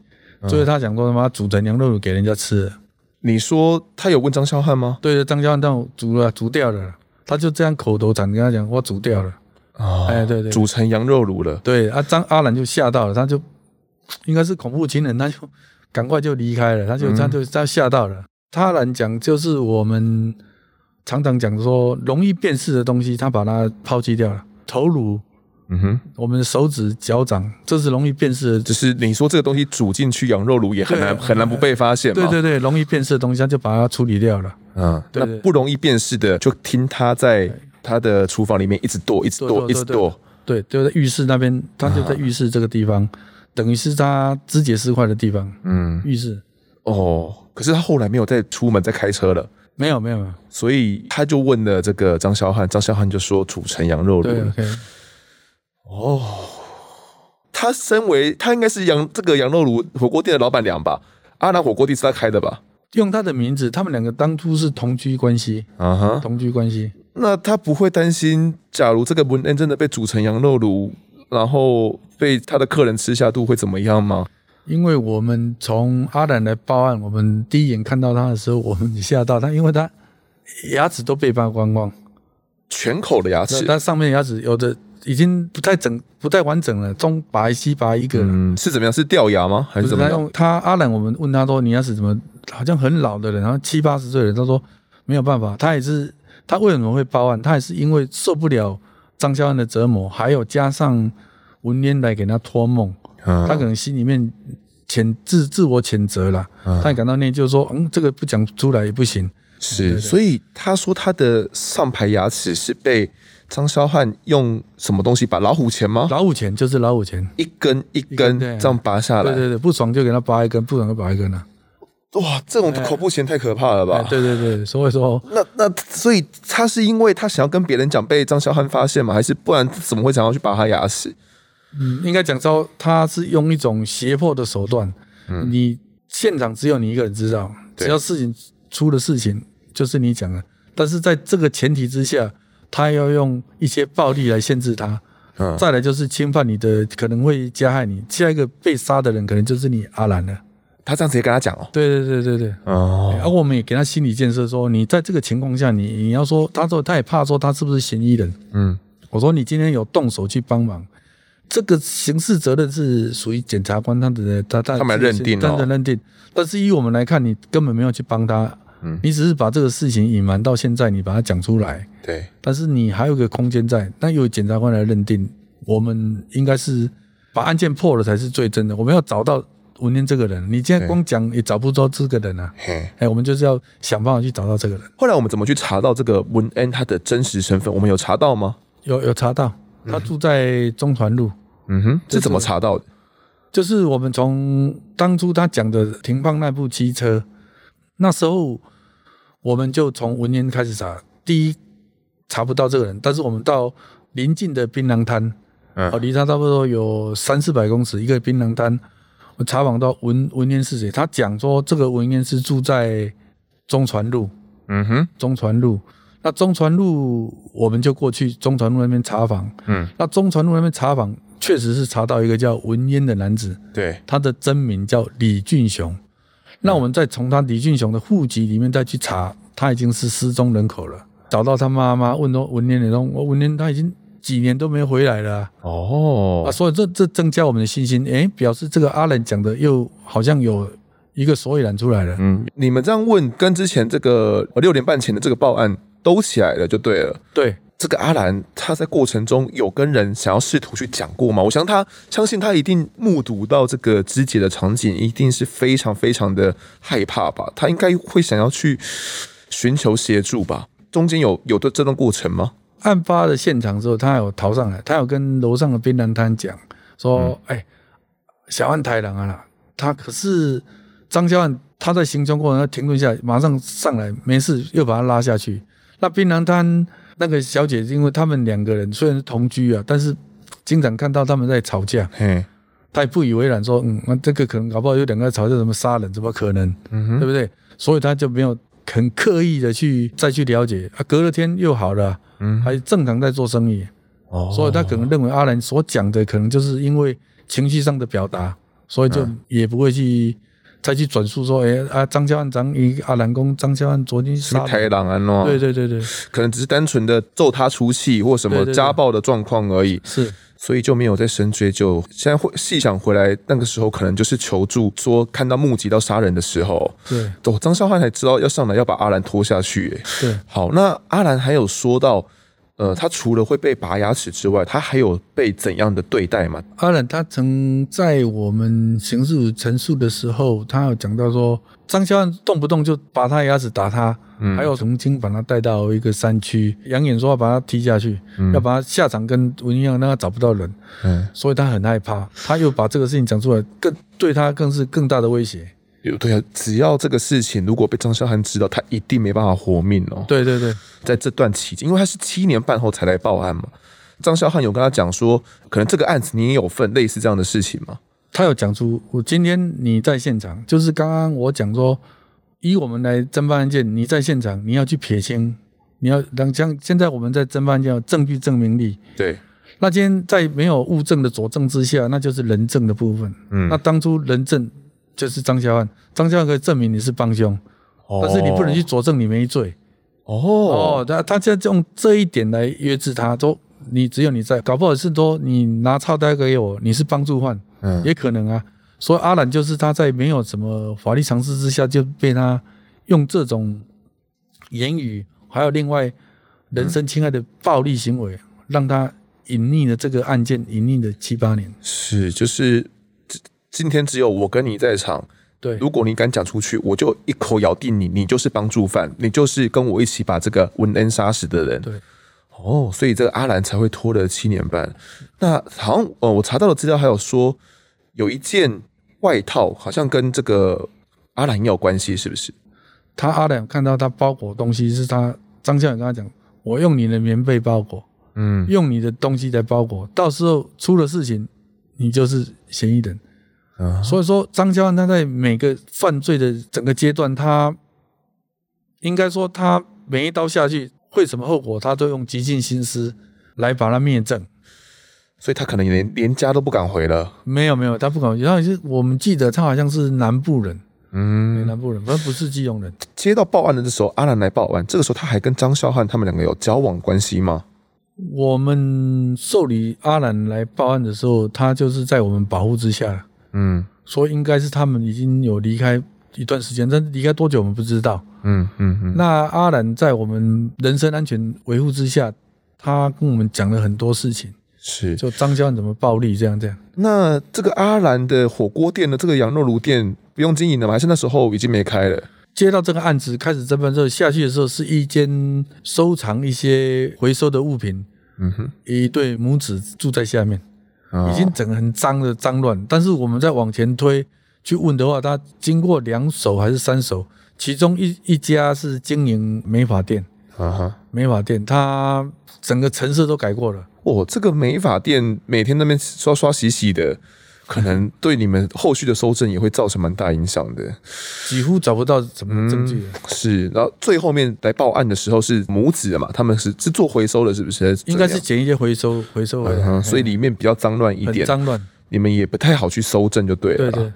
[SPEAKER 2] 所以他想说他妈煮成羊肉卤给人家吃了。
[SPEAKER 1] 你说他有问张孝汉吗？
[SPEAKER 2] 对着张家让煮了，煮掉了。他就这样口头禅跟他讲，我煮掉了。
[SPEAKER 1] 啊
[SPEAKER 2] 哎对对
[SPEAKER 1] 煮成羊肉炉了。
[SPEAKER 2] 对啊，张阿兰就吓到了，他就应该是恐怖情人，他就赶快就离开了，他就、他就他吓到了。他兰讲就是我们常常讲说容易辨识的东西，他把它抛弃掉了。头颅、
[SPEAKER 1] 嗯哼，
[SPEAKER 2] 我们的手指、脚掌，这是容易辨识的
[SPEAKER 1] 只，是你说这个东西煮进去羊肉炉也很难
[SPEAKER 2] 对
[SPEAKER 1] 很难不被发现嘛。
[SPEAKER 2] 对对对，容易辨识的东西，他就把它处理掉了。
[SPEAKER 1] 嗯，
[SPEAKER 2] 对
[SPEAKER 1] 那
[SPEAKER 2] 对
[SPEAKER 1] 不容易辨识的，就听他在他的厨房里面一直剁，一直剁，
[SPEAKER 2] 剁
[SPEAKER 1] 一直
[SPEAKER 2] 剁
[SPEAKER 1] 剁。
[SPEAKER 2] 对，就在浴室那边，他就在浴室这个地方，等于是他肢解尸块的地方。
[SPEAKER 1] 嗯，
[SPEAKER 2] 浴室
[SPEAKER 1] 哦，可是他后来没有再出门再开车了，
[SPEAKER 2] 没有没有没有，
[SPEAKER 1] 所以他就问了这个张小汉，张小汉就说煮成羊肉炉
[SPEAKER 2] 对
[SPEAKER 1] 了。
[SPEAKER 2] ，OK，
[SPEAKER 1] 他身为他应该是羊这个羊肉炉火锅店的老板娘吧？阿南火锅店是他开的吧？
[SPEAKER 2] 用他的名字，他们两个当初是同居关系，
[SPEAKER 1] 啊哈，
[SPEAKER 2] 同居关系。
[SPEAKER 1] 那他不会担心，假如这个文恩真的被煮成羊肉炉，然后被他的客人吃下肚会怎么样吗？
[SPEAKER 2] 因为我们从阿兰来报案，我们第一眼看到他的时候，我们吓到他，因为他牙齿都被扒光光，
[SPEAKER 1] 全口的牙齿，
[SPEAKER 2] 他上面牙齿有的已经不太整、不太完整了，东拔一西拔一个了。
[SPEAKER 1] 嗯，是怎么样？是掉牙吗？还
[SPEAKER 2] 不
[SPEAKER 1] 是怎
[SPEAKER 2] 是
[SPEAKER 1] 么
[SPEAKER 2] 他
[SPEAKER 1] 样？
[SPEAKER 2] 用他阿兰，我们问他说你牙齿怎么好像很老的人，然后七八十岁的人，他说没有办法，他也是他为什么会报案，他也是因为受不了张孝安的折磨，还有加上文渊来给他托梦，
[SPEAKER 1] 嗯
[SPEAKER 2] 他可能心里面谴自自我谴责啦，
[SPEAKER 1] 啊
[SPEAKER 2] 他也感到内疚说嗯这个不讲出来也不行，
[SPEAKER 1] 是，所以他说他的上排牙齿是被张肖汉用什么东西把老虎钳吗？
[SPEAKER 2] 老五钱就是老五钱，
[SPEAKER 1] 一根一根
[SPEAKER 2] 根对
[SPEAKER 1] 这样拔下
[SPEAKER 2] 对
[SPEAKER 1] 来，
[SPEAKER 2] 对对，不爽就给他拔一根，不爽就拔一根了、
[SPEAKER 1] 哇，这种恐怖钳太可怕了
[SPEAKER 2] 啊
[SPEAKER 1] 吧？
[SPEAKER 2] 对对对，所以说
[SPEAKER 1] 那那所以他是因为他想要跟别人讲被张肖汉发现吗？还是不然怎么会想要去拔他牙齿？
[SPEAKER 2] 嗯，应该讲说他是用一种胁迫的手段。嗯，你现场只有你一个人知道，
[SPEAKER 1] 对
[SPEAKER 2] 只要事情出了事情，就是你讲的。但是在这个前提之下，他要用一些暴力来限制他。
[SPEAKER 1] 嗯
[SPEAKER 2] 再来就是侵犯你的，可能会加害你。下一个被杀的人可能就是你阿兰了。
[SPEAKER 1] 他这样直接跟他讲哦。
[SPEAKER 2] 对对对对对。
[SPEAKER 1] 哦，
[SPEAKER 2] 而、我们也给他心理建设说你在这个情况下，你你要说，他说他也怕说他是不是嫌疑人，
[SPEAKER 1] 嗯，
[SPEAKER 2] 我说你今天有动手去帮忙，这个刑事责任是属于检察官他的他他
[SPEAKER 1] 他们认定哦
[SPEAKER 2] 他的认定。但是依我们来看，你根本没有去帮他，
[SPEAKER 1] 嗯
[SPEAKER 2] 你只是把这个事情隐瞒到现在，你把它讲出来，
[SPEAKER 1] 对，
[SPEAKER 2] 但是你还有个空间在，那由检察官来认定。我们应该是把案件破了才是最真的，我们要找到文念这个人，你今
[SPEAKER 1] 对
[SPEAKER 2] 天光讲也找不到这个人啊。
[SPEAKER 1] 嘿。
[SPEAKER 2] 哎，我们就是要想办法去找到这个人。
[SPEAKER 1] 后来我们怎么去查到这个文恩他的真实身份？我们有查到吗？
[SPEAKER 2] 有有查到，他住在中传路。
[SPEAKER 1] 嗯哼，是怎么查到的？
[SPEAKER 2] 就是我们从当初他讲的停放那部机车，那时候我们就从文渊开始查，第一查不到这个人，但是我们到邻近的槟榔摊，
[SPEAKER 1] 嗯
[SPEAKER 2] 哦，离他差不多有三四百公尺一个槟榔摊，我查访到文文渊是谁，他讲说这个文渊是住在中传路，
[SPEAKER 1] 嗯哼，
[SPEAKER 2] 中传路。那中传路我们就过去中传路那边查访，
[SPEAKER 1] 嗯，
[SPEAKER 2] 那中传路那边查访确实是查到一个叫文渊的男子，
[SPEAKER 1] 对，
[SPEAKER 2] 他的真名叫李俊雄。那我们再从他李俊雄的户籍里面再去查，他已经是失踪人口了。找到他妈妈，问到文年，然后文年他已经几年都没回来了啊，
[SPEAKER 1] 哦
[SPEAKER 2] 啊，所以这这增加我们的信心，诶，表示这个阿兰讲的又好像有一个所以然出来了。
[SPEAKER 1] 嗯，你们这样问，跟之前这个呃六点半前的这个报案都起来了，就对了。
[SPEAKER 2] 对，
[SPEAKER 1] 这个阿兰他在过程中有跟人想要试图去讲过吗？我想他相信他一定目睹到这个肢解的场景，一定是非常非常的害怕吧？他应该会想要去寻求协助吧？中间有有的这段过程吗？
[SPEAKER 2] 案发的现场之后，他有逃上来，他有跟楼上的槟榔摊讲说：“哎、小安太郎啊啦，他可是张小安，他在行凶过程中他停顿下来，马上上来，没事又把他拉下去。那槟榔摊那个小姐，因为他们两个人虽然是同居啊，但是经常看到他们在吵架，
[SPEAKER 1] 嘿，
[SPEAKER 2] 他也不以为然，说：嗯，那这个可能搞不好有两个人吵架，怎么杀人？怎么可能？
[SPEAKER 1] 嗯
[SPEAKER 2] 对不对？所以他就没有很刻意的去再去了解啊。隔了天又好了啊、
[SPEAKER 1] 嗯，
[SPEAKER 2] 还正常在做生意，
[SPEAKER 1] 哦
[SPEAKER 2] 所以他可能认为阿兰所讲的，可能就是因为情绪上的表达，所以就
[SPEAKER 1] 嗯
[SPEAKER 2] 也不会去再去转述说，哎、啊，张孝安张一阿兰公张孝安昨天
[SPEAKER 1] 是
[SPEAKER 2] 杀
[SPEAKER 1] 台
[SPEAKER 2] 人，
[SPEAKER 1] 狼安哦，
[SPEAKER 2] 对，对对对，
[SPEAKER 1] 可能只是单纯的揍他出气或什么
[SPEAKER 2] 对对对
[SPEAKER 1] 家暴的状况而已。
[SPEAKER 2] 是
[SPEAKER 1] 所以就没有再深追究。现在会细想回来，那个时候可能就是求助，说看到目击到杀人的时候，
[SPEAKER 2] 对
[SPEAKER 1] 哦，张孝汉才知道要上来要把阿兰拖下去、欸。
[SPEAKER 2] 对
[SPEAKER 1] 好，那阿兰还有说到，呃，他除了会被拔牙齿之外，他还有被怎样的对待吗？
[SPEAKER 2] 阿兰他曾在我们刑事陈述的时候，他有讲到说，张孝安动不动就拔他牙齿打他，
[SPEAKER 1] 嗯
[SPEAKER 2] 还有曾经把他带到一个山区，扬言说要把他踢下去，要把他下场跟文一样，让他找不到人。
[SPEAKER 1] 嗯，
[SPEAKER 2] 所以他很害怕，他又把这个事情讲出来，更对他更是更大的威胁。
[SPEAKER 1] 有对啊，只要这个事情如果被张孝汉知道，他一定没办法活命哦。
[SPEAKER 2] 对对对，
[SPEAKER 1] 在这段期间，因为他是七年半后才来报案嘛。张孝汉有跟他讲说，可能这个案子你也有份，类似这样的事情吗？
[SPEAKER 2] 他有讲出，我今天你在现场，就是刚刚我讲说，以我们来侦办案件，你在现场，你要去撇清，你要让像现在我们在侦办案件有证据证明力，
[SPEAKER 1] 对，
[SPEAKER 2] 那今天在没有物证的佐证之下，那就是人证的部分。
[SPEAKER 1] 嗯
[SPEAKER 2] 那当初人证就是张孝汉，张孝汉可以证明你是帮凶，但是你不能去佐证你没罪。
[SPEAKER 1] 哦
[SPEAKER 2] 哦，他他现在用这一点来约制他，说你只有你在，搞不好是说你拿钞袋给我，你是帮助犯，
[SPEAKER 1] 嗯
[SPEAKER 2] 也可能啊。所以阿兰就是他在没有什么法律常识之下，就被他用这种言语，还有另外人身侵害的暴力行为，让他隐匿了这个案件，隐匿了七八年。
[SPEAKER 1] 是，就是今今天只有我跟你在场，
[SPEAKER 2] 对
[SPEAKER 1] 如果你敢讲出去，我就一口咬定你，你就是帮助犯，你就是跟我一起把这个文恩杀死的人。
[SPEAKER 2] 对，
[SPEAKER 1] 哦，所以这个阿兰才会拖了七年半。那好像呃，我查到的资料还有说，有一件外套好像跟这个阿兰也有关系，是不是？
[SPEAKER 2] 他阿兰看到他包裹东西，是他张孝远跟他讲，我用你的棉被包裹。
[SPEAKER 1] 嗯，
[SPEAKER 2] 用你的东西来包裹，到时候出了事情，你就是嫌疑人。
[SPEAKER 1] 啊
[SPEAKER 2] 所以说，张交汉他在每个犯罪的整个阶段，他应该说他每一刀下去会什么后果，他都用极尽心思来把它灭证。
[SPEAKER 1] 所以他可能连连家都不敢回了。
[SPEAKER 2] 没有没有，他不敢。然后就是我们记得他好像是南部人，哎
[SPEAKER 1] 嗯，
[SPEAKER 2] 南部人，他不是基隆人。
[SPEAKER 1] 接到报案的这时候，阿兰来报案，这个时候他还跟张孝汉他们两个有交往关系吗？
[SPEAKER 2] 我们受理阿兰来报案的时候，他就是在我们保护之下。
[SPEAKER 1] 嗯
[SPEAKER 2] 说应该是他们已经有离开一段时间，但是离开多久我们不知道。
[SPEAKER 1] 嗯嗯嗯，
[SPEAKER 2] 那阿兰在我们人身安全维护之下，他跟我们讲了很多事情，
[SPEAKER 1] 是。
[SPEAKER 2] 就张教案怎么暴力这样这样。
[SPEAKER 1] 那这个阿兰的火锅店的这个羊肉炉店不用经营了吗？还是那时候已经没开了？
[SPEAKER 2] 接到这个案子开始侦办之后，下去的时候是一间收藏一些回收的物品，
[SPEAKER 1] 嗯哼，
[SPEAKER 2] 一对母子住在下面，
[SPEAKER 1] 哦
[SPEAKER 2] 已经整个很脏的脏乱。但是我们再往前推去问的话，他经过两手还是三手，其中一一家是经营美发店。
[SPEAKER 1] 啊哈。
[SPEAKER 2] 美发店，它整个城市都改过了。
[SPEAKER 1] 哦，这个美发店每天那边刷刷洗洗的，可能对你们后续的搜证也会造成蛮大影响的。
[SPEAKER 2] 几乎找不到什么证据了，
[SPEAKER 1] 嗯是，然后最后面来报案的时候是母子的嘛，他们是是做回收的，是不是？还
[SPEAKER 2] 应该
[SPEAKER 1] 怎
[SPEAKER 2] 是
[SPEAKER 1] 样
[SPEAKER 2] 捡一些回收回收回
[SPEAKER 1] 嗯
[SPEAKER 2] 来，
[SPEAKER 1] 哼所以里面比较脏乱一
[SPEAKER 2] 很
[SPEAKER 1] 点，
[SPEAKER 2] 脏乱。
[SPEAKER 1] 你们也不太好去搜证就对了啊
[SPEAKER 2] 对
[SPEAKER 1] 啦。
[SPEAKER 2] 对，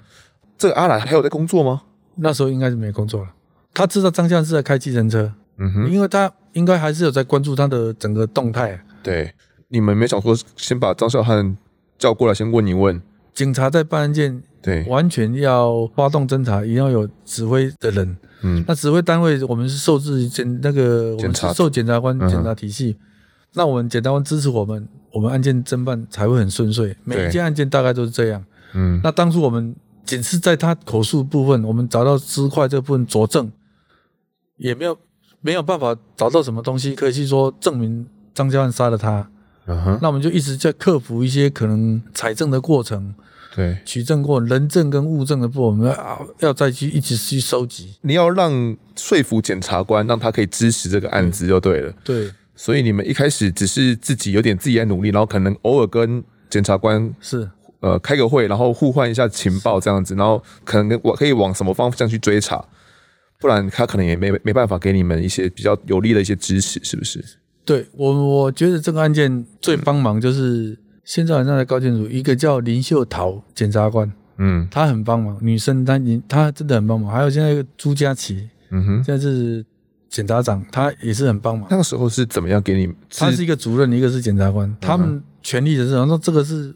[SPEAKER 1] 这个阿兰还有在工作吗？
[SPEAKER 2] 那时候应该是没工作了。他知道张相是在开计程车，
[SPEAKER 1] 嗯哼，
[SPEAKER 2] 因为他应该还是有在关注他的整个动态。
[SPEAKER 1] 对，你们没想说先把张韶涵叫过来，先问一问。
[SPEAKER 2] 警察在办案件，
[SPEAKER 1] 对，
[SPEAKER 2] 完全要发动侦查，一定要有指挥的人。
[SPEAKER 1] 嗯，
[SPEAKER 2] 那指挥单位我们是受制检那个，我
[SPEAKER 1] 检
[SPEAKER 2] 们
[SPEAKER 1] 察
[SPEAKER 2] 是受检察官
[SPEAKER 1] 嗯哼
[SPEAKER 2] 检察体系。那我们检察官支持我们，我们案件侦办才会很顺遂。每
[SPEAKER 1] 对
[SPEAKER 2] 一件案件大概都是这样。
[SPEAKER 1] 嗯，
[SPEAKER 2] 那当初我们仅是在他口述部分，我们找到尸块这部分佐证，也没有没有办法找到什么东西可以去说证明张家汉杀了他。
[SPEAKER 1] 嗯哼，
[SPEAKER 2] 那我们就一直在克服一些可能采证的过程、
[SPEAKER 1] 对，
[SPEAKER 2] 取证过人证跟物证的部分，我们要啊要再去一直去收集。
[SPEAKER 1] 你要让说服检察官，让他可以支持这个案子就对了。
[SPEAKER 2] 对，
[SPEAKER 1] 所以你们一开始只是自己有点自己在努力，然后可能偶尔跟检察官
[SPEAKER 2] 是
[SPEAKER 1] 呃开个会，然后互换一下情报这样子，然后可能我可以往什么方向去追查，不然他可能也没没办法给你们一些比较有力的一些支持，是不是？
[SPEAKER 2] 对我我觉得这个案件最帮忙就是现在好像在高建组，一个叫林秀桃检察官，
[SPEAKER 1] 嗯
[SPEAKER 2] 她很帮忙，女生她你她真的很帮忙。还有现在一个朱佳琪，
[SPEAKER 1] 嗯哼，
[SPEAKER 2] 现在是检察长，她也是很帮忙。
[SPEAKER 1] 那个时候是怎么样给你？
[SPEAKER 2] 她是一个主任，一个是检察官，他们全力的是，然后这个是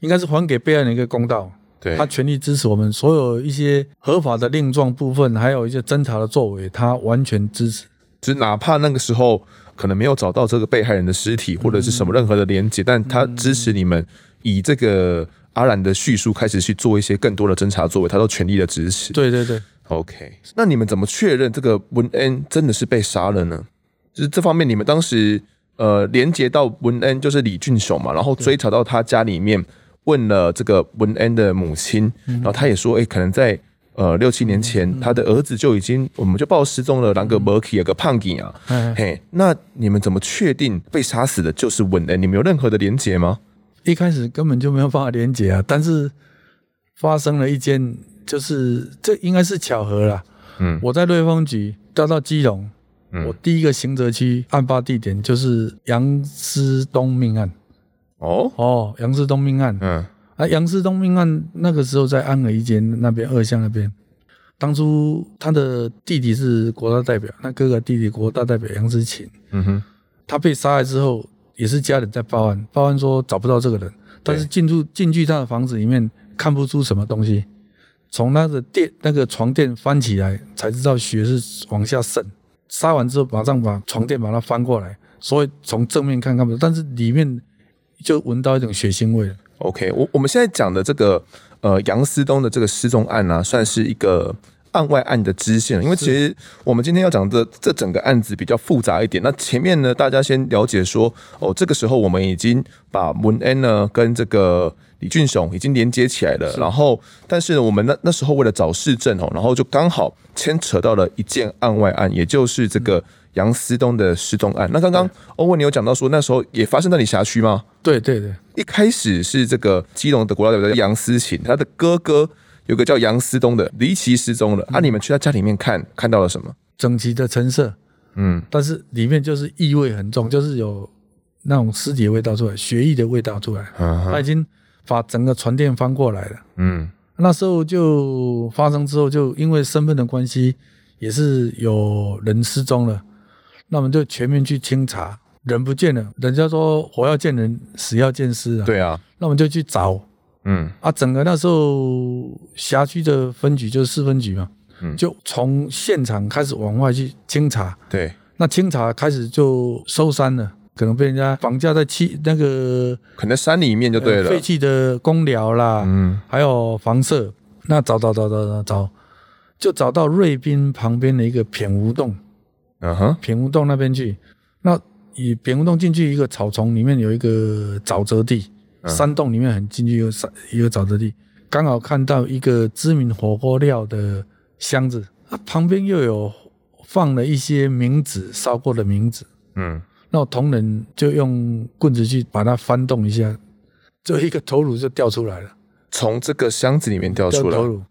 [SPEAKER 2] 应该是还给被害人一个公道。
[SPEAKER 1] 对
[SPEAKER 2] 他全力支持我们所有一些合法的令状部分，还有一些侦查的作为，他完全支持。
[SPEAKER 1] 就是哪怕那个时候可能没有找到这个被害人的尸体或者是什么任何的连接，但他支持你们以这个阿兰的叙述开始去做一些更多的侦查作为，他都全力的支持。
[SPEAKER 2] 对对对，
[SPEAKER 1] ，OK，那你们怎么确认这个文恩真的是被杀了呢？就是这方面，你们当时呃连接到文恩就是李俊雄嘛，然后追查到他家里面，问了这个文恩的母亲，然后他也说，哎、可能在呃六七年前，他的儿子就已经我们就报失踪了，那个 m u r k y 有个胖警啊，
[SPEAKER 2] 哎，
[SPEAKER 1] [LAUGHS] 嘿，那你们怎么确定被杀死的就是文恩？你们有任何的连结吗？
[SPEAKER 2] 一开始根本就没有办法连结啊，但是发生了一件，就是这应该是巧合啦。
[SPEAKER 1] 嗯
[SPEAKER 2] 我在瑞丰局调到基隆，
[SPEAKER 1] 嗯
[SPEAKER 2] 我第一个刑责区案发地点就是杨思东命案。
[SPEAKER 1] 哦，
[SPEAKER 2] 哦，杨思东命案，
[SPEAKER 1] 嗯
[SPEAKER 2] 啊，杨思东命案那个时候在安和一间那边二巷那边，当初他的弟弟是国大代表，那哥哥弟弟国大代表杨思勤，
[SPEAKER 1] 嗯哼，
[SPEAKER 2] 他被杀害之后，也是家人在报案，报案说找不到这个人，但是进入进去他的房子里面看不出什么东西，从他的垫那个床垫翻起来才知道血是往下渗，杀完之后马上把床垫把它翻过来，所以从正面看看不到，但是里面就闻到一种血腥味了。
[SPEAKER 1] OK，我我们现在讲的这个呃杨思东的这个失踪案呢、算是一个案外案的支线，因为其实我们今天要讲的这整个案子比较复杂一点。那前面呢，大家先了解说，哦，这个时候我们已经把文恩呢跟这个李俊雄已经连接起来了，然后但是呢我们那那时候为了找市政哦，然后就刚好牵扯到了一件案外案，也就是这个。杨思东的失踪案，那刚刚欧文你有讲到说那时候也发生在你辖区吗？
[SPEAKER 2] 对对对，
[SPEAKER 1] 一开始是这个基隆的国家代表叫杨思琴，他的哥哥有个叫杨思东的离奇失踪了。啊，你们去他家里面看，看到了什么？
[SPEAKER 2] 整齐的陈设，
[SPEAKER 1] 嗯，
[SPEAKER 2] 但是里面就是异味很重，就是有那种尸体的味道出来，血液的味道出来。他已经把整个床垫翻过来了。
[SPEAKER 1] 啊嗯，
[SPEAKER 2] 那时候就发生之后，就因为身份的关系，也是有人失踪了，那我们就全面去清查，人不见了。人家说活要见人，死要见尸啊。，
[SPEAKER 1] 对啊，
[SPEAKER 2] 那我们就去找
[SPEAKER 1] 嗯
[SPEAKER 2] 啊，整个那时候辖区的分局就是市分局嘛，
[SPEAKER 1] 嗯
[SPEAKER 2] 就从现场开始往外去清查。
[SPEAKER 1] 对，
[SPEAKER 2] 那清查开始就收山了，可能被人家绑架在弃那个
[SPEAKER 1] 可能山里面就对
[SPEAKER 2] 呃
[SPEAKER 1] 了。
[SPEAKER 2] 废弃的公寮啦，
[SPEAKER 1] 嗯
[SPEAKER 2] 还有房舍。那找找找找找找，就找到瑞滨旁边的一个扁梧洞，
[SPEAKER 1] 嗯哼，
[SPEAKER 2] 扁梧洞那边去。那以扁梧洞进去一个草丛里面有一个沼泽地，
[SPEAKER 1] 嗯
[SPEAKER 2] 山洞里面很进去有山一个沼泽地，刚好看到一个知名火锅料的箱子，啊、旁边又有放了一些冥纸烧过的冥纸。
[SPEAKER 1] 嗯，
[SPEAKER 2] 那我同仁就用棍子去把它翻动一下，就一个头颅就掉出来了，
[SPEAKER 1] 从这个箱子里面掉
[SPEAKER 2] 掉
[SPEAKER 1] 出来
[SPEAKER 2] 头。颅。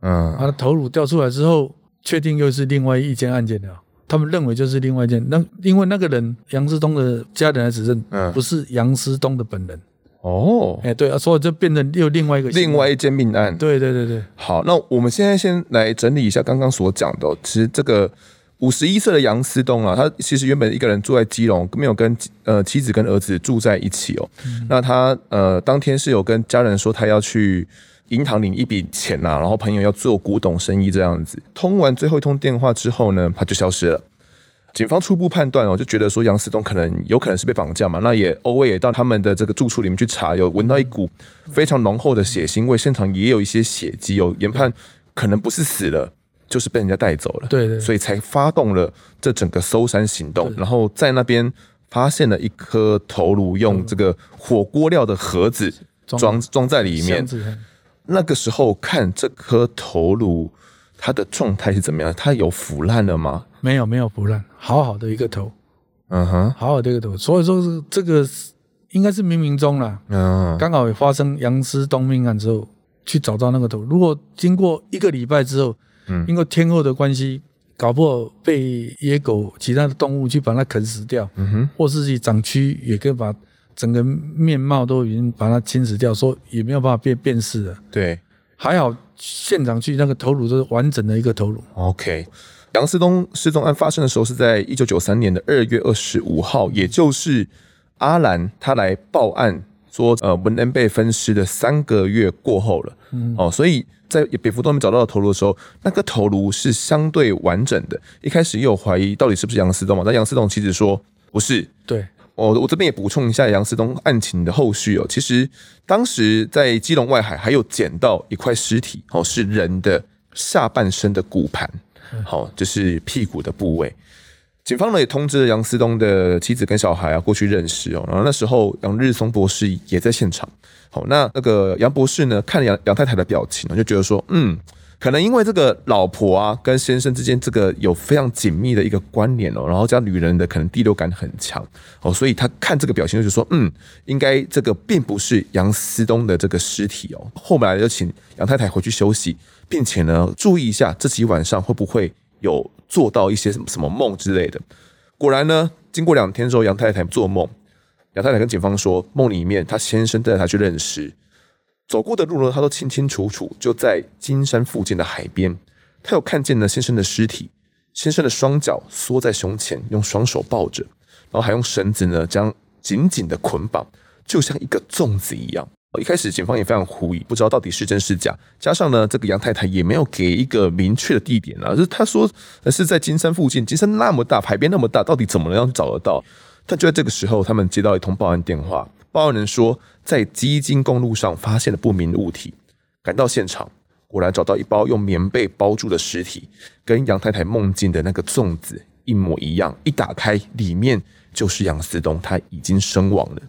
[SPEAKER 1] 嗯，
[SPEAKER 2] 啊，头颅掉出来之后，确定又是另外一件案件了。他们认为就是另外一件，那因为那个人杨思东的家人来指认，
[SPEAKER 1] 嗯
[SPEAKER 2] 不是杨思东的本人。
[SPEAKER 1] 哦，
[SPEAKER 2] 哎、对啊，所以就变成又另外一个新闻
[SPEAKER 1] 另外一件命案。
[SPEAKER 2] 对对对对，
[SPEAKER 1] 好，那我们现在先来整理一下刚刚所讲的哦、其实这个五十一岁的杨思东啊，他其实原本一个人住在基隆，没有跟呃妻子跟儿子住在一起哦。那他呃当天是有跟家人说他要去银行领一笔钱呐、然后朋友要做古董生意这样子。通完最后一通电话之后呢，他就消失了。警方初步判断哦，就觉得说杨思东可能有可能是被绑架嘛，那也欧卫也到他们的这个住处里面去查，有闻到一股非常浓厚的血腥味，现场也有一些血迹，有研判可能不是死了，就是被人家带走了，
[SPEAKER 2] 对对
[SPEAKER 1] 所以才发动了这整个搜山行动，然后在那边发现了一颗头颅，用这个火锅料的盒子
[SPEAKER 2] 嗯装
[SPEAKER 1] 装装在里面
[SPEAKER 2] 箱，子很
[SPEAKER 1] 那个时候看这颗头颅。它的状态是怎么样？它有腐烂了吗？
[SPEAKER 2] 没有没有腐烂，好好的一个头，
[SPEAKER 1] 嗯哼，
[SPEAKER 2] 好好的一个头，所以说是这个是应该是冥冥中啦，
[SPEAKER 1] 嗯，
[SPEAKER 2] 刚好也发生杨思东命案之后，去找到那个头。如果经过一个礼拜之后，
[SPEAKER 1] 嗯
[SPEAKER 2] 因为天后的关系，搞不好被野狗、其他的动物去把它啃死掉，
[SPEAKER 1] 嗯哼，
[SPEAKER 2] 或是去长蛆也可以把整个面貌都已经把它侵蚀掉，说也没有办法辨辨识了。
[SPEAKER 1] 对
[SPEAKER 2] 还好现场去那个头颅都是完整的一个头颅，
[SPEAKER 1] ，OK。杨思东失踪案发生的时候是在一九九三年的二月二十五号，也就是阿兰他来报案说，呃，文恩被分尸的三个月过后了。哦，所以在北福东面找到的头颅的时候，那个头颅是相对完整的。一开始也有怀疑到底是不是杨思东嘛，但杨思东妻子说不是，
[SPEAKER 2] 对，
[SPEAKER 1] 哦我我这边也补充一下杨思东案情的后续哦。其实当时在基隆外海还有捡到一块尸体哦，是人的下半身的骨盘，好、就是屁股的部位。警方呢也通知了杨思东的妻子跟小孩啊过去认识哦，然后那时候杨日松博士也在现场。好，那那个杨博士呢看了杨杨太太的表情呢，就觉得说，嗯，可能因为这个老婆啊跟先生之间这个有非常紧密的一个关联哦，然后加女人的可能第六感很强哦，所以他看这个表情就是说，嗯，应该这个并不是杨思东的这个尸体哦。后来就请杨太太回去休息，并且呢注意一下这几晚上会不会有做到一些什么什么梦之类的。果然呢，经过两天之后，杨太太做梦，杨太太跟警方说，梦里面她先生带她去认尸，走过的路呢，她都清清楚楚，就在金山附近的海边，她有看见呢先生的尸体，先生的双脚缩在胸前，用双手抱着，然后还用绳子呢将紧紧的捆绑，就像一个粽子一样。哦一开始警方也非常狐疑，不知道到底是真是假。加上呢，这个杨太太也没有给一个明确的地点啊，就是她说呃是在金山附近，金山那么大，海边那么大，到底怎么样找得到？但就在这个时候，他们接到一通报案电话，报案人说在基金公路上发现了不明物体，赶到现场，果然找到一包用棉被包住的尸体，跟杨太太梦境的那个粽子一模一样。一打开，里面就是杨思东，他已经身亡了。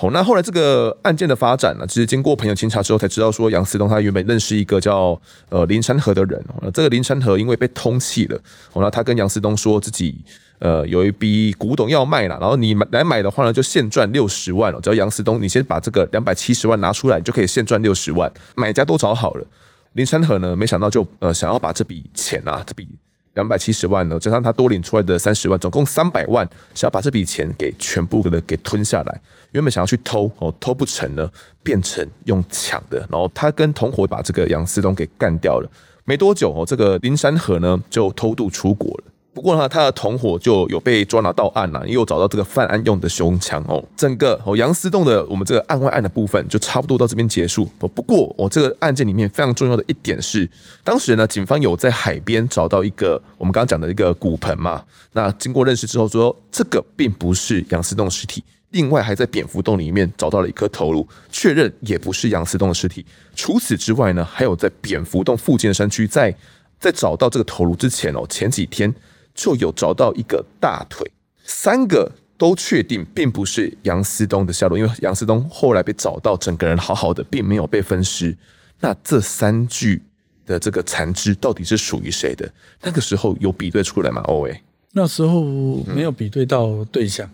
[SPEAKER 1] 好，那后来这个案件的发展呢、其实经过朋友清查之后才知道，说杨思东他原本认识一个叫呃林山河的人哦。那这个林山河因为被通气了，哦，那他跟杨思东说自己呃有一笔古董要卖啦，然后你买来买的话呢，就现赚六十万哦。只要杨思东你先把这个两百七十万拿出来，你就可以现赚六十万，买家都找好了。呃林山河呢，没想到就呃想要把这笔钱啊，这笔两百七十万呢，加上他多领出来的三十万，总共三百万，想要把这笔钱给全部的给吞下来。原本想要去偷哦，偷不成呢，变成用抢的，然后他跟同伙把这个杨思东给干掉了。没多久哦，这个林山河呢就偷渡出国了。不过呢，他的同伙就有被抓拿到案了、又找到这个犯案用的胸腔哦。整个哦杨思栋的我们这个案外案的部分就差不多到这边结束。哦不过我、哦这个案件里面非常重要的一点是，当时呢警方有在海边找到一个我们刚刚讲的一个骨盆嘛，那经过认识之后说这个并不是杨思栋的尸体。另外，还在蝙蝠洞里面找到了一颗头颅，确认也不是杨思栋的尸体。除此之外呢，还有在蝙蝠洞附近的山区，在在找到这个头颅之前哦，前几天就有找到一个大腿，三个都确定并不是杨思东的下落，因为杨思东后来被找到，整个人好好的，并没有被分尸。那这三具的这个残肢到底是属于谁的？那个时候有比对出来吗？欧维，
[SPEAKER 2] 那时候没有比对到对象，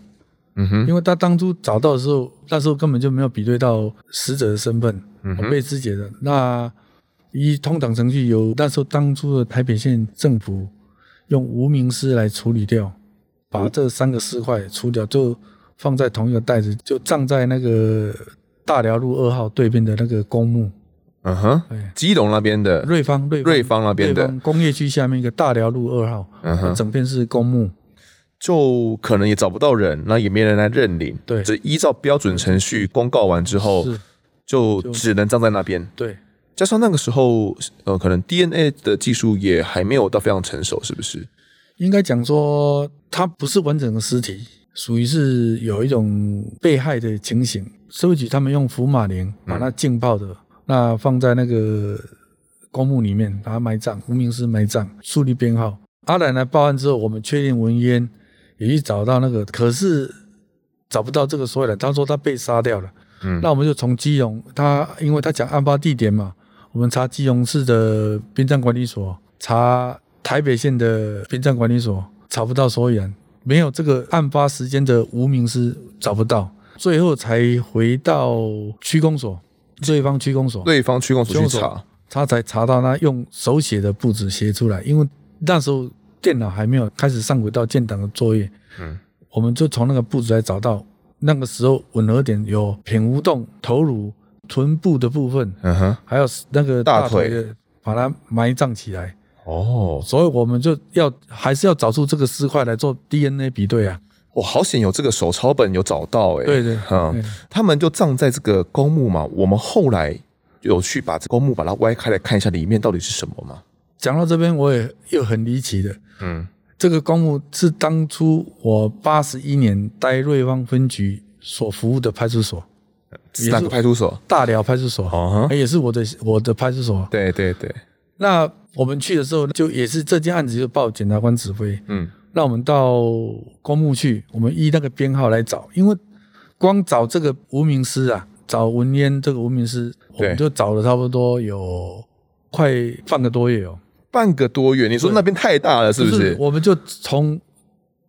[SPEAKER 1] 嗯哼，
[SPEAKER 2] 因为他当初找到的时候，那时候根本就没有比对到死者的身份，
[SPEAKER 1] 嗯哼
[SPEAKER 2] 被肢解的。那依通档程序，由那时候当初的台北县政府用无名尸来处理掉，把这三个尸块除掉，就放在同一个袋子，就葬在那个大寮路二号对面的那个公墓。
[SPEAKER 1] 嗯哼，
[SPEAKER 2] 对，
[SPEAKER 1] 基隆那边的，
[SPEAKER 2] 瑞芳瑞
[SPEAKER 1] 瑞芳那边的
[SPEAKER 2] 瑞芳工业区下面一个大寮路二号，
[SPEAKER 1] 嗯哼，
[SPEAKER 2] 整片是公墓，
[SPEAKER 1] 就可能也找不到人，那也没人来认领，
[SPEAKER 2] 对
[SPEAKER 1] 只依照标准程序公告完之后，
[SPEAKER 2] 是，
[SPEAKER 1] 就
[SPEAKER 2] 就
[SPEAKER 1] 只能葬在那边。
[SPEAKER 2] 对，
[SPEAKER 1] 加上那个时候，呃，可能 DNA 的技术也还没有到非常成熟，是不是？
[SPEAKER 2] 应该讲说它不是完整的尸体，属于是有一种被害的情形。社会局他们用福马林把它浸泡的，那放在那个公墓里面，把它埋葬，无名尸埋葬，树立编号。阿兰来报案之后，我们确定文烟，也去找到那个，可是找不到这个所有人。他说他被杀掉了。
[SPEAKER 1] 嗯
[SPEAKER 2] 那我们就从基隆，他因为他讲案发地点嘛，我们查基隆市的殡葬管理所，查台北县的殡葬管理所，查不到所有人，没有这个案发时间的无名尸找不到，最后才回到区公所，对方区公所，
[SPEAKER 1] 对方区公所去
[SPEAKER 2] 凶手
[SPEAKER 1] 查，
[SPEAKER 2] 他才查到他用手写的步子写出来，因为那时候电脑还没有开始上轨道建档的作业，
[SPEAKER 1] 嗯，
[SPEAKER 2] 我们就从那个步子来找到。那个时候吻合点有品无洞、头颅、臀部的部分，
[SPEAKER 1] 嗯哼，
[SPEAKER 2] 还有那个
[SPEAKER 1] 大
[SPEAKER 2] 大腿的，把它埋葬起来。
[SPEAKER 1] 哦，
[SPEAKER 2] 所以我们就要还是要找出这个尸块来做 DNA 比对啊。
[SPEAKER 1] 我好险有这个手抄本有找到、欸，哎，
[SPEAKER 2] 对对，
[SPEAKER 1] 嗯，
[SPEAKER 2] 对
[SPEAKER 1] 他们就葬在这个公墓嘛。我们后来有去把这公墓把它歪开来看一下里面到底是什么嘛。
[SPEAKER 2] 讲到这边，我也又很离奇的，
[SPEAKER 1] 嗯，
[SPEAKER 2] 这个公墓是当初我八十一年待瑞芳分局所服务的派出所，
[SPEAKER 1] 是哪个派出所？
[SPEAKER 2] 大寮派出所，
[SPEAKER 1] 哦，
[SPEAKER 2] 也是我的我的派出所。
[SPEAKER 1] 对对对，
[SPEAKER 2] 那我们去的时候，就也是这件案子就报检察官指挥，
[SPEAKER 1] 嗯，
[SPEAKER 2] 那我们到公墓去，我们依那个编号来找，因为光找这个无名尸啊，找文烟这个无名尸，我
[SPEAKER 1] 对
[SPEAKER 2] 们就找了差不多有快半个多月哦，
[SPEAKER 1] 半个多月。你说那边太大了，是不？
[SPEAKER 2] 就是我们就从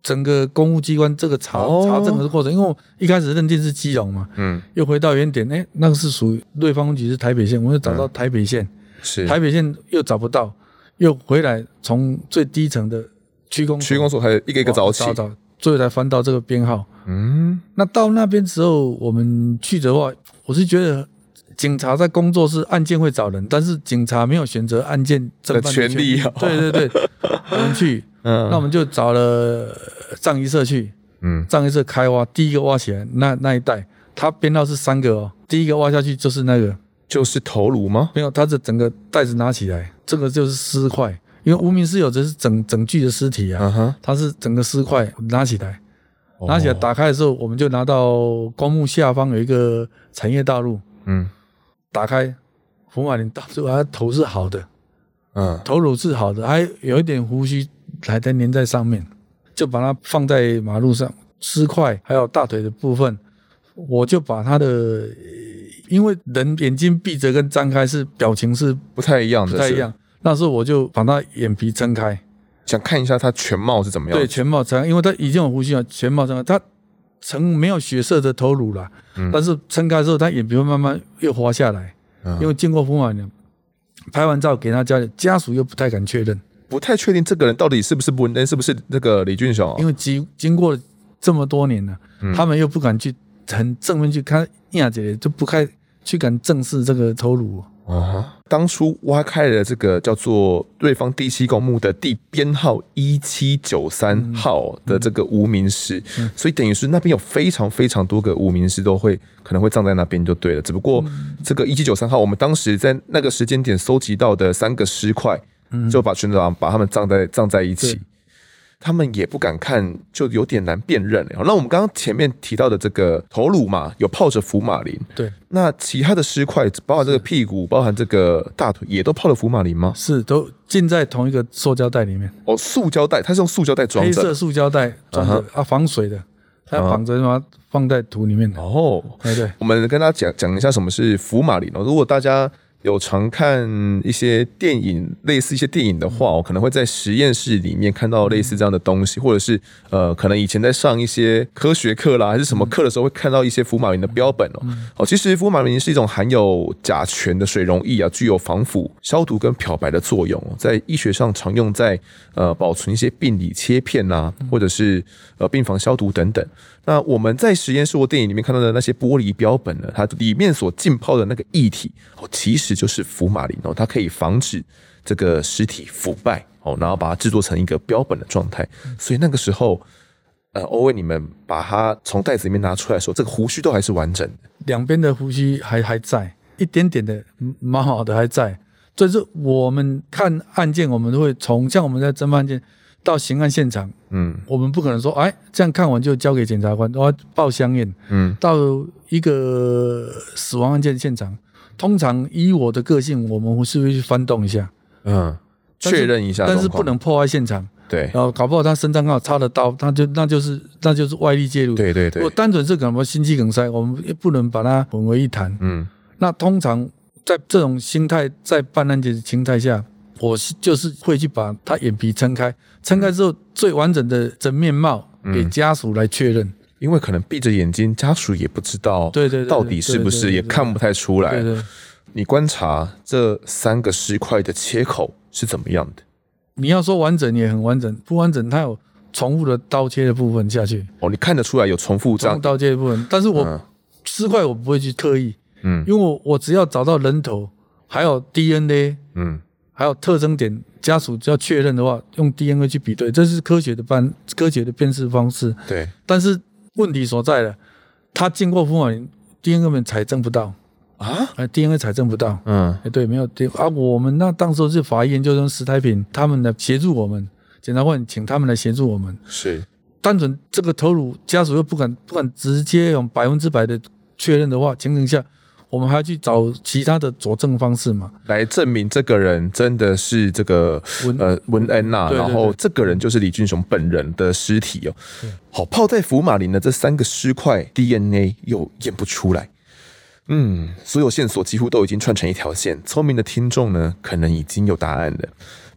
[SPEAKER 2] 整个公务机关这个查、
[SPEAKER 1] 哦
[SPEAKER 2] 查证的过程，因为我一开始认定是基隆嘛，
[SPEAKER 1] 嗯，
[SPEAKER 2] 又回到原点，哎、那个是属于对方局是台北县，我们又找到台北县，
[SPEAKER 1] 是
[SPEAKER 2] 台北县又找不到，又回来从最低层的区公所
[SPEAKER 1] 区公所还有一个一个早起。
[SPEAKER 2] 找找，最后才翻到这个编号。
[SPEAKER 1] 嗯，
[SPEAKER 2] 那到那边之后，我们去的话，我是觉得警察在工作是案件会找人，但是警察没有选择案件侦
[SPEAKER 1] 的
[SPEAKER 2] 办
[SPEAKER 1] 权
[SPEAKER 2] 权
[SPEAKER 1] 利哦
[SPEAKER 2] 对对对，我们去，
[SPEAKER 1] 嗯
[SPEAKER 2] 那我们就找了藏仪社去，
[SPEAKER 1] 嗯，
[SPEAKER 2] 藏仪社开挖，第一个挖起来那那一带，它编号是三个哦，第一个挖下去就是那个，
[SPEAKER 1] 就是头颅吗？
[SPEAKER 2] 没有，它是整个袋子拿起来，这个就是尸块，因为无名尸有的是整整具的尸体啊，
[SPEAKER 1] 嗯哦哼，
[SPEAKER 2] 它是整个尸块拿起来。拿起来打开的时候，我们就拿到公墓下方有一个产业道路，
[SPEAKER 1] 嗯
[SPEAKER 2] 打开福马林到处，它头是好的，
[SPEAKER 1] 嗯，
[SPEAKER 2] 头颅是好的，还有一点胡须还在粘在上面，就把它放在马路上，尸块还有大腿的部分，我就把它的，呃因为人眼睛闭着跟张开是表情是
[SPEAKER 1] 不太一样的，
[SPEAKER 2] 不太一样，那时候我就把它眼皮撑开，
[SPEAKER 1] 是。想看一下它全貌是怎么样？
[SPEAKER 2] 对，，全貌长，因为它已经有呼吸了，全貌长，它呈没有血色的头颅了，但是撑开之后，它眼皮会慢慢又滑下来，
[SPEAKER 1] 嗯
[SPEAKER 2] 因为经过福马林拍完照给他家里，家属又不太敢确认，
[SPEAKER 1] 不太确定这个人到底是不是文恩，是不是那个李俊雄？
[SPEAKER 2] 因为经经过了这么多年了，
[SPEAKER 1] 嗯
[SPEAKER 2] 他们又不敢去很正面去看亚姐，就不太去敢正视这个头颅。哦
[SPEAKER 1] 啊，当初挖开了这个叫做对方第七公墓的地编号一七九三号的这个无名尸，所以等于是那边有非常非常多个无名尸都会可能会葬在那边就对了。只不过这个一七九三号，我们当时在那个时间点搜集到的三个尸块，就把全长把他们葬在葬在一起
[SPEAKER 2] 对。
[SPEAKER 1] 他们也不敢看，就有点难辨认了。那我们刚刚前面提到的这个头颅嘛，有泡着福马林，
[SPEAKER 2] 对，
[SPEAKER 1] 那其他的尸块，包含这个屁股，包含这个大腿，也都泡了福马林吗？
[SPEAKER 2] 是都浸在同一个塑胶袋里面，
[SPEAKER 1] 哦，塑胶袋，它是用塑胶袋装
[SPEAKER 2] 黑
[SPEAKER 1] 着啊
[SPEAKER 2] 色。塑胶袋装着、啊，防水的，它绑着把它放在土里面的。
[SPEAKER 1] 哦，
[SPEAKER 2] 哎对。
[SPEAKER 1] 我们跟大家讲讲一下什么是福马林哦。如果大家有常看一些电影，类似一些电影的
[SPEAKER 2] 嗯
[SPEAKER 1] 话，我哦可能会在实验室里面看到类似这样的东西，或者是呃，可能以前在上一些科学课啦，还是什么课的时候，会看到一些福马林的标本哦。
[SPEAKER 2] 嗯
[SPEAKER 1] 哦，其实福马林是一种含有甲醛的水溶液啊，具有防腐、消毒跟漂白的作用哦，在医学上常用在呃保存一些病理切片呐、
[SPEAKER 2] 嗯
[SPEAKER 1] 或者是呃病房消毒等等。那我们在实验室或电影里面看到的那些玻璃标本呢，它里面所浸泡的那个液体，哦，其实就是福马林哦，它可以防止这个尸体腐败哦，然后把它制作成一个标本的状态。
[SPEAKER 2] 嗯
[SPEAKER 1] 所以那个时候，呃，欧文你们把它从袋子里面拿出来的时候，这个胡须都还是完整的。
[SPEAKER 2] 两边的胡须还还在，一点点的嗯毛毛的还在。所以说，我们看案件，我们都会从像我们在侦办案件到刑案现场，
[SPEAKER 1] 嗯
[SPEAKER 2] 我们不可能说，哎，这样看完就交给检察官，都要报相验。
[SPEAKER 1] 嗯
[SPEAKER 2] 到一个死亡案件现场，通常依我的个性，我们是会去翻动一下，
[SPEAKER 1] 嗯，
[SPEAKER 2] 但是
[SPEAKER 1] 确认一下
[SPEAKER 2] 但是
[SPEAKER 1] 状况
[SPEAKER 2] 不能呃破坏现场。
[SPEAKER 1] 对
[SPEAKER 2] 然后搞不好他身上刚好插了刀，他就那就是那就是外力介入。，
[SPEAKER 1] 对对
[SPEAKER 2] 如
[SPEAKER 1] 对，
[SPEAKER 2] 果单纯是可能心肌梗塞，我们也不能把它混为一谈。
[SPEAKER 1] 嗯
[SPEAKER 2] 那通常在这种心态，在办案件的情态下，我是就是会去把他眼皮撑开，撑开之后最完整的真面貌
[SPEAKER 1] 嗯
[SPEAKER 2] 给家属来确认。
[SPEAKER 1] 因为可能闭着眼睛，家属也不知道
[SPEAKER 2] 对对对对
[SPEAKER 1] 到底是不
[SPEAKER 2] 对
[SPEAKER 1] 是，
[SPEAKER 2] 对
[SPEAKER 1] 也
[SPEAKER 2] 对
[SPEAKER 1] 看不太出来。
[SPEAKER 2] 对对，
[SPEAKER 1] 你观察这三个尸块的切口是怎么样的？
[SPEAKER 2] 你要说完整也很完整，不完整它有重复的刀切的部分下去，
[SPEAKER 1] 哦，你看得出来有重复这
[SPEAKER 2] 重复
[SPEAKER 1] 样，
[SPEAKER 2] 刀切的部分，但是我
[SPEAKER 1] 啊嗯
[SPEAKER 2] 尸块我不会去刻意，
[SPEAKER 1] 嗯
[SPEAKER 2] 因为我我只要找到人头，还有 DNA，
[SPEAKER 1] 嗯
[SPEAKER 2] 还有特征点，家属只要确认的话，用 DNA 去比对，这是科学的办科学的辨识方式。
[SPEAKER 1] 对，
[SPEAKER 2] 但是问题所在了，他经过福马林 DNA 们采证不到
[SPEAKER 1] 啊，
[SPEAKER 2] 哎，DNA 采证不到，
[SPEAKER 1] 嗯
[SPEAKER 2] 哎，对，没有对啊。我们那当时是法医研究生石台平他们来协助我们，检察官请他们来协助我们。
[SPEAKER 1] 是，
[SPEAKER 2] 单纯这个头颅家属又不敢不敢直接用百分之百的确认的话，情形下，我们还要去找其他的佐证方式嘛？
[SPEAKER 1] 来证明这个人真的是这个
[SPEAKER 2] 文
[SPEAKER 1] 呃文恩呐、
[SPEAKER 2] 对对
[SPEAKER 1] 然后这个人就是李俊雄本人的尸体哦。好，泡在福马林的这三个尸块 DNA 又验不出来，嗯，所有线索几乎都已经串成一条线。聪明的听众呢，可能已经有答案了。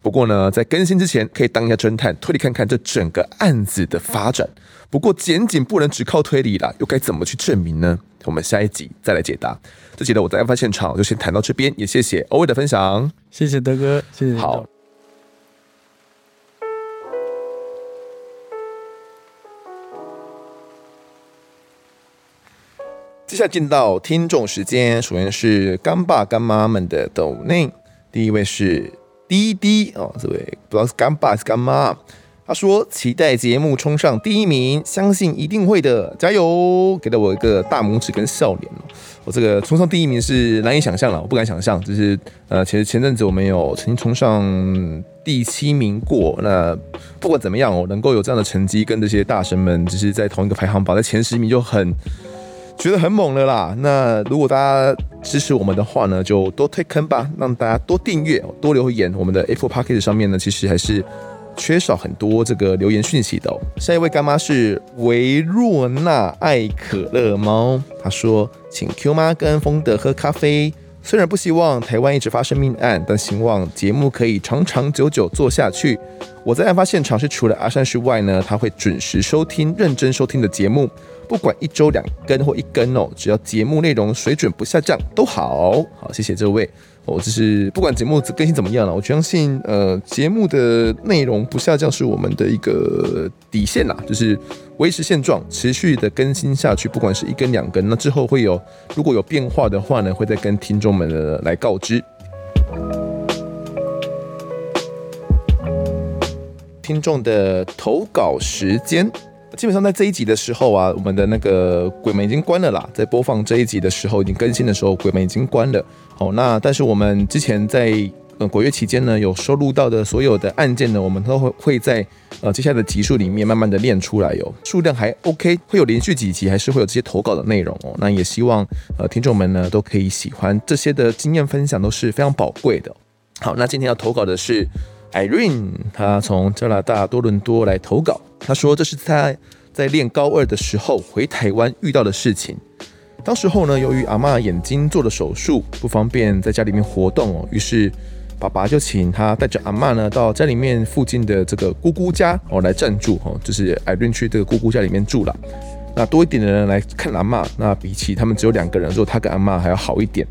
[SPEAKER 1] 不过呢，在更新之前，可以当一下侦探，推理看看这整个案子的发展。不过，仅仅不能只靠推理啦，又该怎么去证明呢？我们下一集再来解答。这集的我在案发现场就先谈到这边，也谢谢欧威的分享。
[SPEAKER 2] 谢谢德哥，谢谢。
[SPEAKER 1] 好，接下来进到听众时间，首先是干爸干妈们的抖内，第一位是滴滴哦，这位不知道是干爸还是干妈，他说期待节目冲上第一名，相信一定会的，加油！给了我一个大拇指跟笑脸哦。我这个冲上第一名是难以想象了，我不敢想象，就是呃，其实前阵子我们有曾经冲上第七名过，那不管怎么样哦，能够有这样的成绩，跟这些大神们就是在同一个排行榜，在前十名就很。觉得很猛了啦。那如果大家支持我们的话呢，就多推坑吧，让大家多订阅、多留言。我们的 Apple p o c k e t 上面呢，其实还是缺少很多这个留言讯息的、哦。下一位干妈是维若娜爱可乐猫，她说：“请 Q 妈跟风德喝咖啡。”虽然不希望台湾一直发生命案，但希望节目可以长长久久做下去。我在案发现场是除了阿善师外呢，他会准时收听、认真收听的节目，不管一周两更或一更哦，只要节目内容水准不下降都好。好，谢谢这位。哦，就是不管节目更新怎么样了，我相信呃节目的内容不下降是我们的一个底线啦，就是维持现状，持续的更新下去，不管是一根两根，那之后会有如果有变化的话呢，会再跟听众们呃来告知。听众的投稿时间。基本上在这一集的时候啊，我们的那个鬼门已经关了啦，在播放这一集的时候，已经更新的时候，鬼门已经关了。哦，那但是我们之前在呃鬼月期间呢，有收录到的所有的案件呢，我们都会会在呃接下来的集数里面慢慢的练出来哟、哦数量还 OK，会有连续几集，还是会有这些投稿的内容哦。那也希望呃听众们呢都可以喜欢这些的经验分享，都是非常宝贵的哦、好，那今天要投稿的是 Irene，她从加拿大多伦多来投稿。她说这是她在练高二的时候回台湾遇到的事情。当时候呢，由于阿嬷眼睛做了手术，不方便在家里面活动哦，于是爸爸就请她带着阿嬷呢到家里面附近的这个姑姑家哦来暂住哦，就是 Irene 去这个姑姑家里面住了。那多一点的人来看阿嬷，那比起他们只有两个人，说她跟阿嬷还要好一点。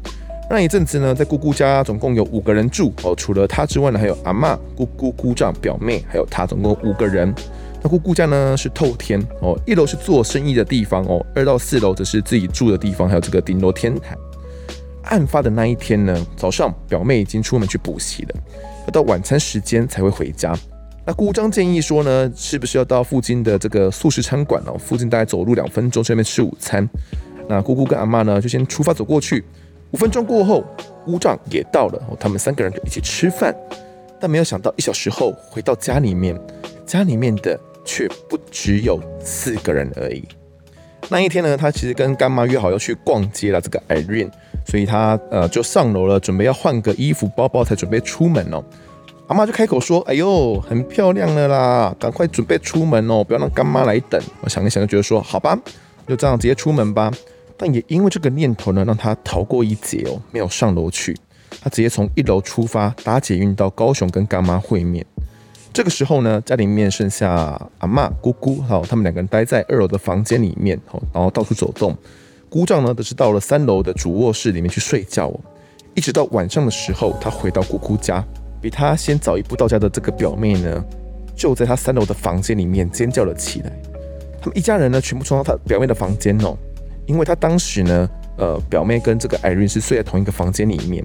[SPEAKER 1] 那一阵子呢，在姑姑家总共有五个人住哦，除了她之外呢，还有阿嬷、姑姑、姑丈、表妹，还有她，总共五个人。那姑姑家呢是透天哦，一楼是做生意的地方哦，二到四楼则是自己住的地方，还有这个顶楼天台。案发的那一天呢，早上表妹已经出门去补习了，要到晚餐时间才会回家。那姑丈建议说呢，是不是要到附近的这个素食餐馆哦？附近大概走路两分钟去那边吃午餐。那姑姑跟阿妈呢，就先出发走过去。五分钟过后，姑丈也到了，哦他们三个人就一起吃饭。但没有想到，一小时后回到家里面，家里面的却不只有四个人而已。那一天呢，他其实跟干妈约好要去逛街了，这个 Irene，所以他呃就上楼了，准备要换个衣服、包包，才准备出门哦。阿妈就开口说：“哎呦，很漂亮了啦，赶快准备出门哦，不要让干妈来等。”我想一想就觉得说，好吧，就这样直接出门吧。但也因为这个念头呢，让他逃过一劫哦，没有上楼去，他直接从一楼出发，搭捷运到高雄跟干妈会面。这个时候呢，家里面剩下阿嬷、姑姑，还有他们两个人待在二楼的房间里面，哦，然后到处走动。姑丈呢，则是到了三楼的主卧室里面去睡觉哦。一直到晚上的时候，他回到姑姑家，比他先早一步到家的这个表妹呢，就在他三楼的房间里面尖叫了起来。他们一家人呢，全部冲到他表妹的房间哦，因为他当时呢，呃，表妹跟这个 Irene 是睡在同一个房间里面。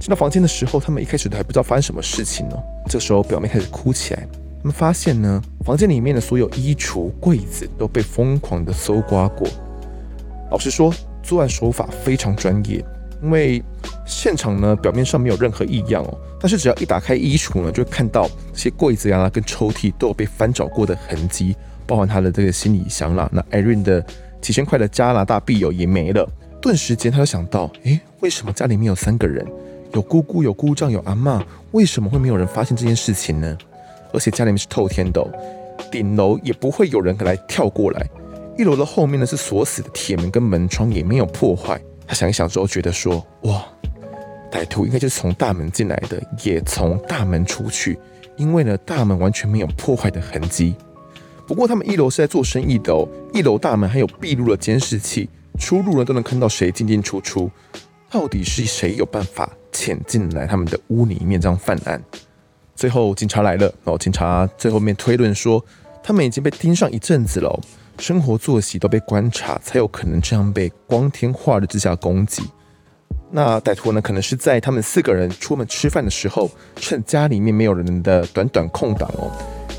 [SPEAKER 1] 进到房间的时候，他们一开始都还不知道发生什么事情哦。这时候，表妹开始哭起来。他们发现呢，房间里面的所有衣橱、柜子都被疯狂的搜刮过。老实说，作案手法非常专业，因为现场呢表面上没有任何异样哦，但是只要一打开衣橱呢，就会看到这些柜子呀、啊跟抽屉都有被翻找过的痕迹，包含他的这个行李箱啦，那 Irene 的几千块的加拿大币友也没了。顿时间，他就想到，诶，为什么家里面有三个人？有姑姑、有姑丈、有阿嬷，为什么会没有人发现这件事情呢？而且家里面是透天的、哦，顶楼也不会有人来跳过来。一楼的后面呢是锁死的铁门跟门窗也没有破坏。他想一想之后觉得说，哇，歹徒应该就是从大门进来的，也从大门出去，因为呢大门完全没有破坏的痕迹。不过他们一楼是在做生意的哦，一楼大门还有闭路的监视器，出入呢都能看到谁进进出出。到底是谁有办法潜进来他们的屋里面这样犯案？最后警察来了，然后警察最后面推论说，他们已经被盯上一阵子了哦，生活作息都被观察，才有可能这样被光天化日之下攻击。那歹徒呢，可能是在他们四个人出门吃饭的时候，趁家里面没有人的短短空档哦，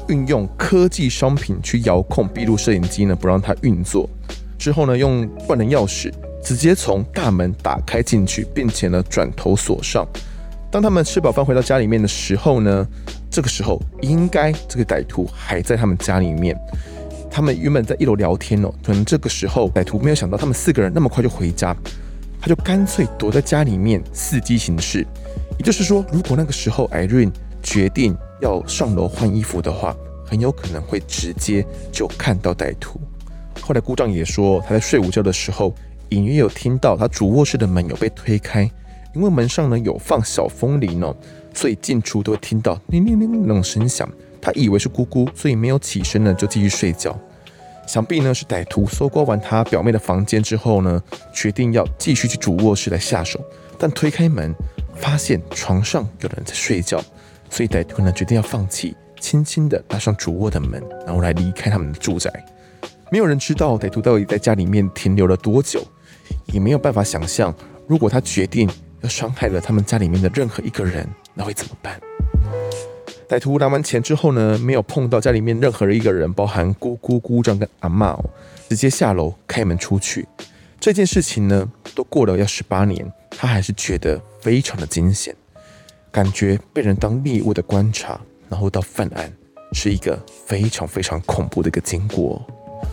[SPEAKER 1] 运用科技商品去遥控闭路摄影机呢，不让它运作。之后呢，用万能钥匙直接从大门打开进去，并且呢转头锁上。当他们吃饱饭回到家里面的时候呢，这个时候应该这个歹徒还在他们家里面。他们原本在一楼聊天哦，可能这个时候歹徒没有想到他们四个人那么快就回家，他就干脆躲在家里面伺机行事。也就是说，如果那个时候 Irene 决定要上楼换衣服的话，很有可能会直接就看到歹徒。后来姑丈也说，他在睡午觉的时候，隐约有听到他主卧室的门有被推开，因为门上呢有放小风铃哦，所以进出都会听到铃铃铃那种声响。他以为是姑姑，所以没有起身呢，就继续睡觉。想必呢是歹徒搜刮完他表妹的房间之后呢，决定要继续去主卧室来下手，但推开门发现床上有人在睡觉，所以歹徒呢决定要放弃，轻轻的拉上主卧的门，然后来离开他们的住宅。没有人知道歹徒到底在家里面停留了多久，也没有办法想象，如果他决定要伤害了他们家里面的任何一个人，那会怎么办？歹徒拿完钱之后呢，没有碰到家里面任何一个人，包含姑姑、姑丈跟阿嬷哦，直接下楼开门出去。这件事情呢，都过了要十八年，他还是觉得非常的惊险，感觉被人当猎物的观察，然后到犯案，是一个非常非常恐怖的一个经过哦、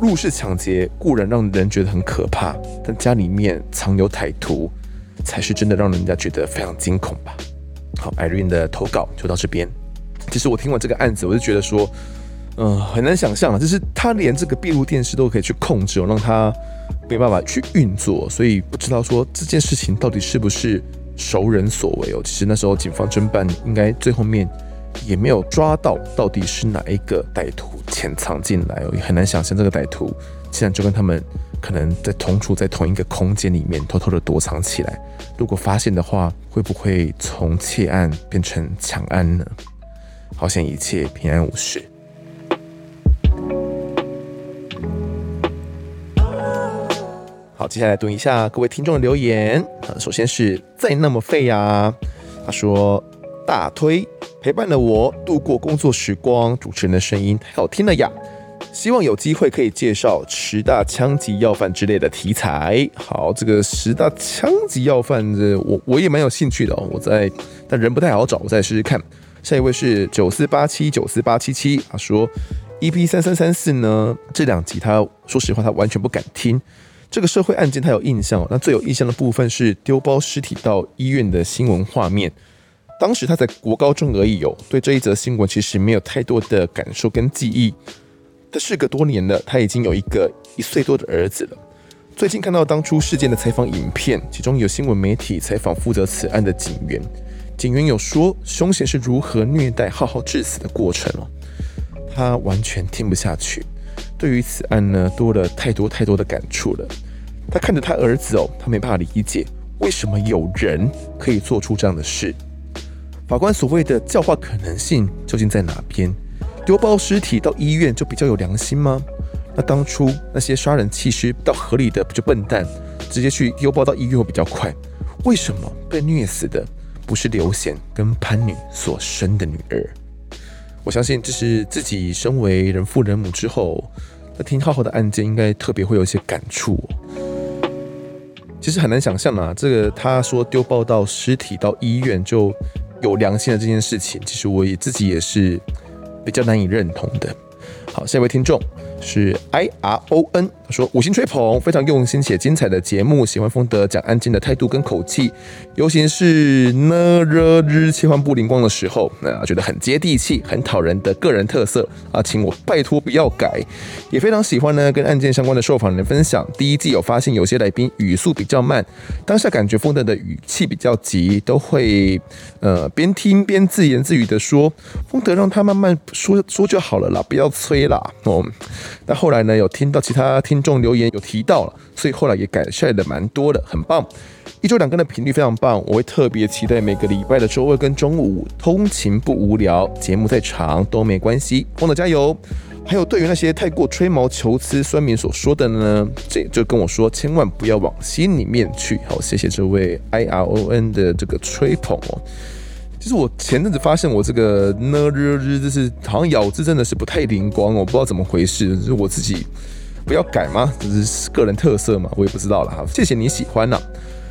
[SPEAKER 1] 入室抢劫固然让人觉得很可怕，但家里面藏有歹徒，才是真的让人家觉得非常惊恐吧。好，Irene 的投稿就到这边。其实我听完这个案子，我就觉得说，嗯、很难想象啊，就是他连这个闭路电视都可以去控制、哦，让他没办法去运作，所以不知道说这件事情到底是不是熟人所为哦。其实那时候警方侦办应该最后面也没有抓到到底是哪一个歹徒潜藏进来哦，也很难想象这个歹徒竟然就跟他们可能在同处在同一个空间里面偷偷的躲藏起来。如果发现的话，会不会从窃案变成抢案呢？好险一切平安无事。好，接下来读一下各位听众的留言。呃，首先是再那么废呀、他说大推陪伴了我度过工作时光，主持人的声音太好听了呀。希望有机会可以介绍十大枪击要犯之类的题材。好，这个十大枪击要犯的，我我也蛮有兴趣的哦。我在，但人不太好找，我再试试看。下一位是九四八七九四八七七，他说 EP 三三三四呢，这两集他说实话他完全不敢听。这个社会案件他有印象哦，那最有印象的部分是丢包尸体到医院的新闻画面。当时他才国高中而已哦，对这一则新闻其实没有太多的感受跟记忆。但事隔多年了，他已经有一个一岁多的儿子了。最近看到当初事件的采访影片，其中有新闻媒体采访负责此案的警员，警员有说凶嫌是如何虐待浩浩致死的过程哦，他完全听不下去，对于此案呢多了太多太多的感触了。他看着他儿子哦，他没办法理解为什么有人可以做出这样的事。法官所谓的教化可能性究竟在哪边？丢包尸体到医院就比较有良心吗？那当初那些杀人弃尸到河里的不就笨蛋，直接去丢包到医院会比较快？为什么被虐死的不是刘显跟潘女所生的女儿？我相信这是自己身为人父人母之后，那听浩浩的案件应该特别会有一些感触、哦。其实很难想象啊，这个他说丢报到尸体到医院就有良心的这件事情，其实我也自己也是比较难以认同的。好，下一位听众是 I R O N，他说五星吹捧，非常用心且精彩的节目，喜欢风德讲案件的态度跟口气，尤其是呢热日切换不灵光的时候，那、觉得很接地气，很讨人的个人特色啊，请我拜托不要改。也非常喜欢呢跟案件相关的受访人分享。第一季有发现有些来宾语速比较慢，当下感觉风德的语气比较急，都会呃边听边自言自语的说，风德让他慢慢说说就好了啦，不要催啦。哦，那后来呢有听到其他听众留言有提到了，所以后来也改善的蛮多的，很棒。一周两更的频率非常棒，我会特别期待每个礼拜的周二跟中午通勤不无聊，节目再长都没关系，风德加油！还有对于那些太过吹毛求疵酸民所说的呢，这就跟我说千万不要往心里面去。好，谢谢这位 I R O N 的这个吹捧哦。其实我前阵子发现我这个呢日日就是好像咬字真的是不太灵光，哦我不知道怎么回事，就是我自己不要改吗？这是个人特色嘛，我也不知道了哈。谢谢你喜欢呐、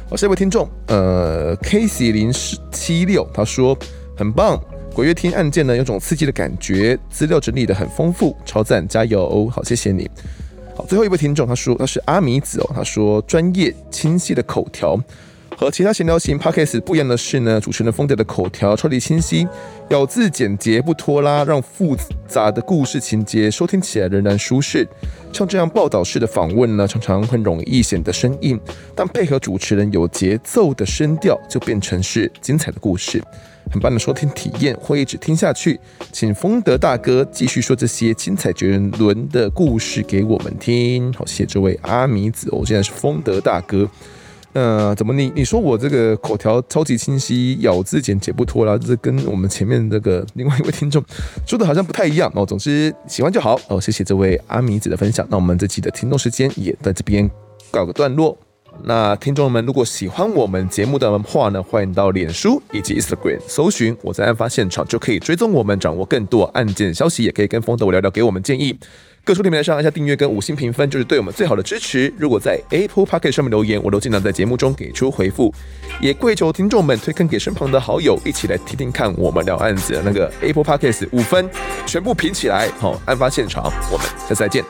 [SPEAKER 1] 好，下一位听众，呃，K C 零七六，他说很棒，鬼月听案件呢有种刺激的感觉，资料整理的很丰富，超赞，加油！好，谢谢你。好，最后一位听众，他说他是阿米子哦，他说专业清晰的口条。和其他闲聊型 podcast 不一样的是呢，主持人风格的口条超级清晰，咬字简洁不拖拉，让复杂的故事情节收听起来仍然舒适。像这样报道式的访问呢，常常很容易显得生硬，但配合主持人有节奏的声调，就变成是精彩的故事。很棒的收听体验，会一直听下去。请丰德大哥继续说这些精彩绝伦的故事给我们听。好，谢谢这位阿米子哦，现在是丰德大哥。那怎么你你说我这个口条超级清晰，咬字简洁不拖拉，这跟我们前面这个另外一位听众说的好像不太一样哦。总之喜欢就好哦，谢谢这位阿米子的分享。那我们这期的听众时间也在这边告个段落。那听众们，如果喜欢我们节目的话呢，欢迎到脸书以及 Instagram 搜寻“我在案发现场”，就可以追踪我们，掌握更多案件消息，也可以跟风德我聊聊，给我们建议。各处平台上按下订阅跟五星评分，就是对我们最好的支持。如果在 Apple p o c k e t 上面留言，我都尽量在节目中给出回复。也跪求听众们推坑给身旁的好友，一起来听听看我们聊案子的那个 Apple p o c k e t 五分，全部评起来。好、案发现场，我们下次再见，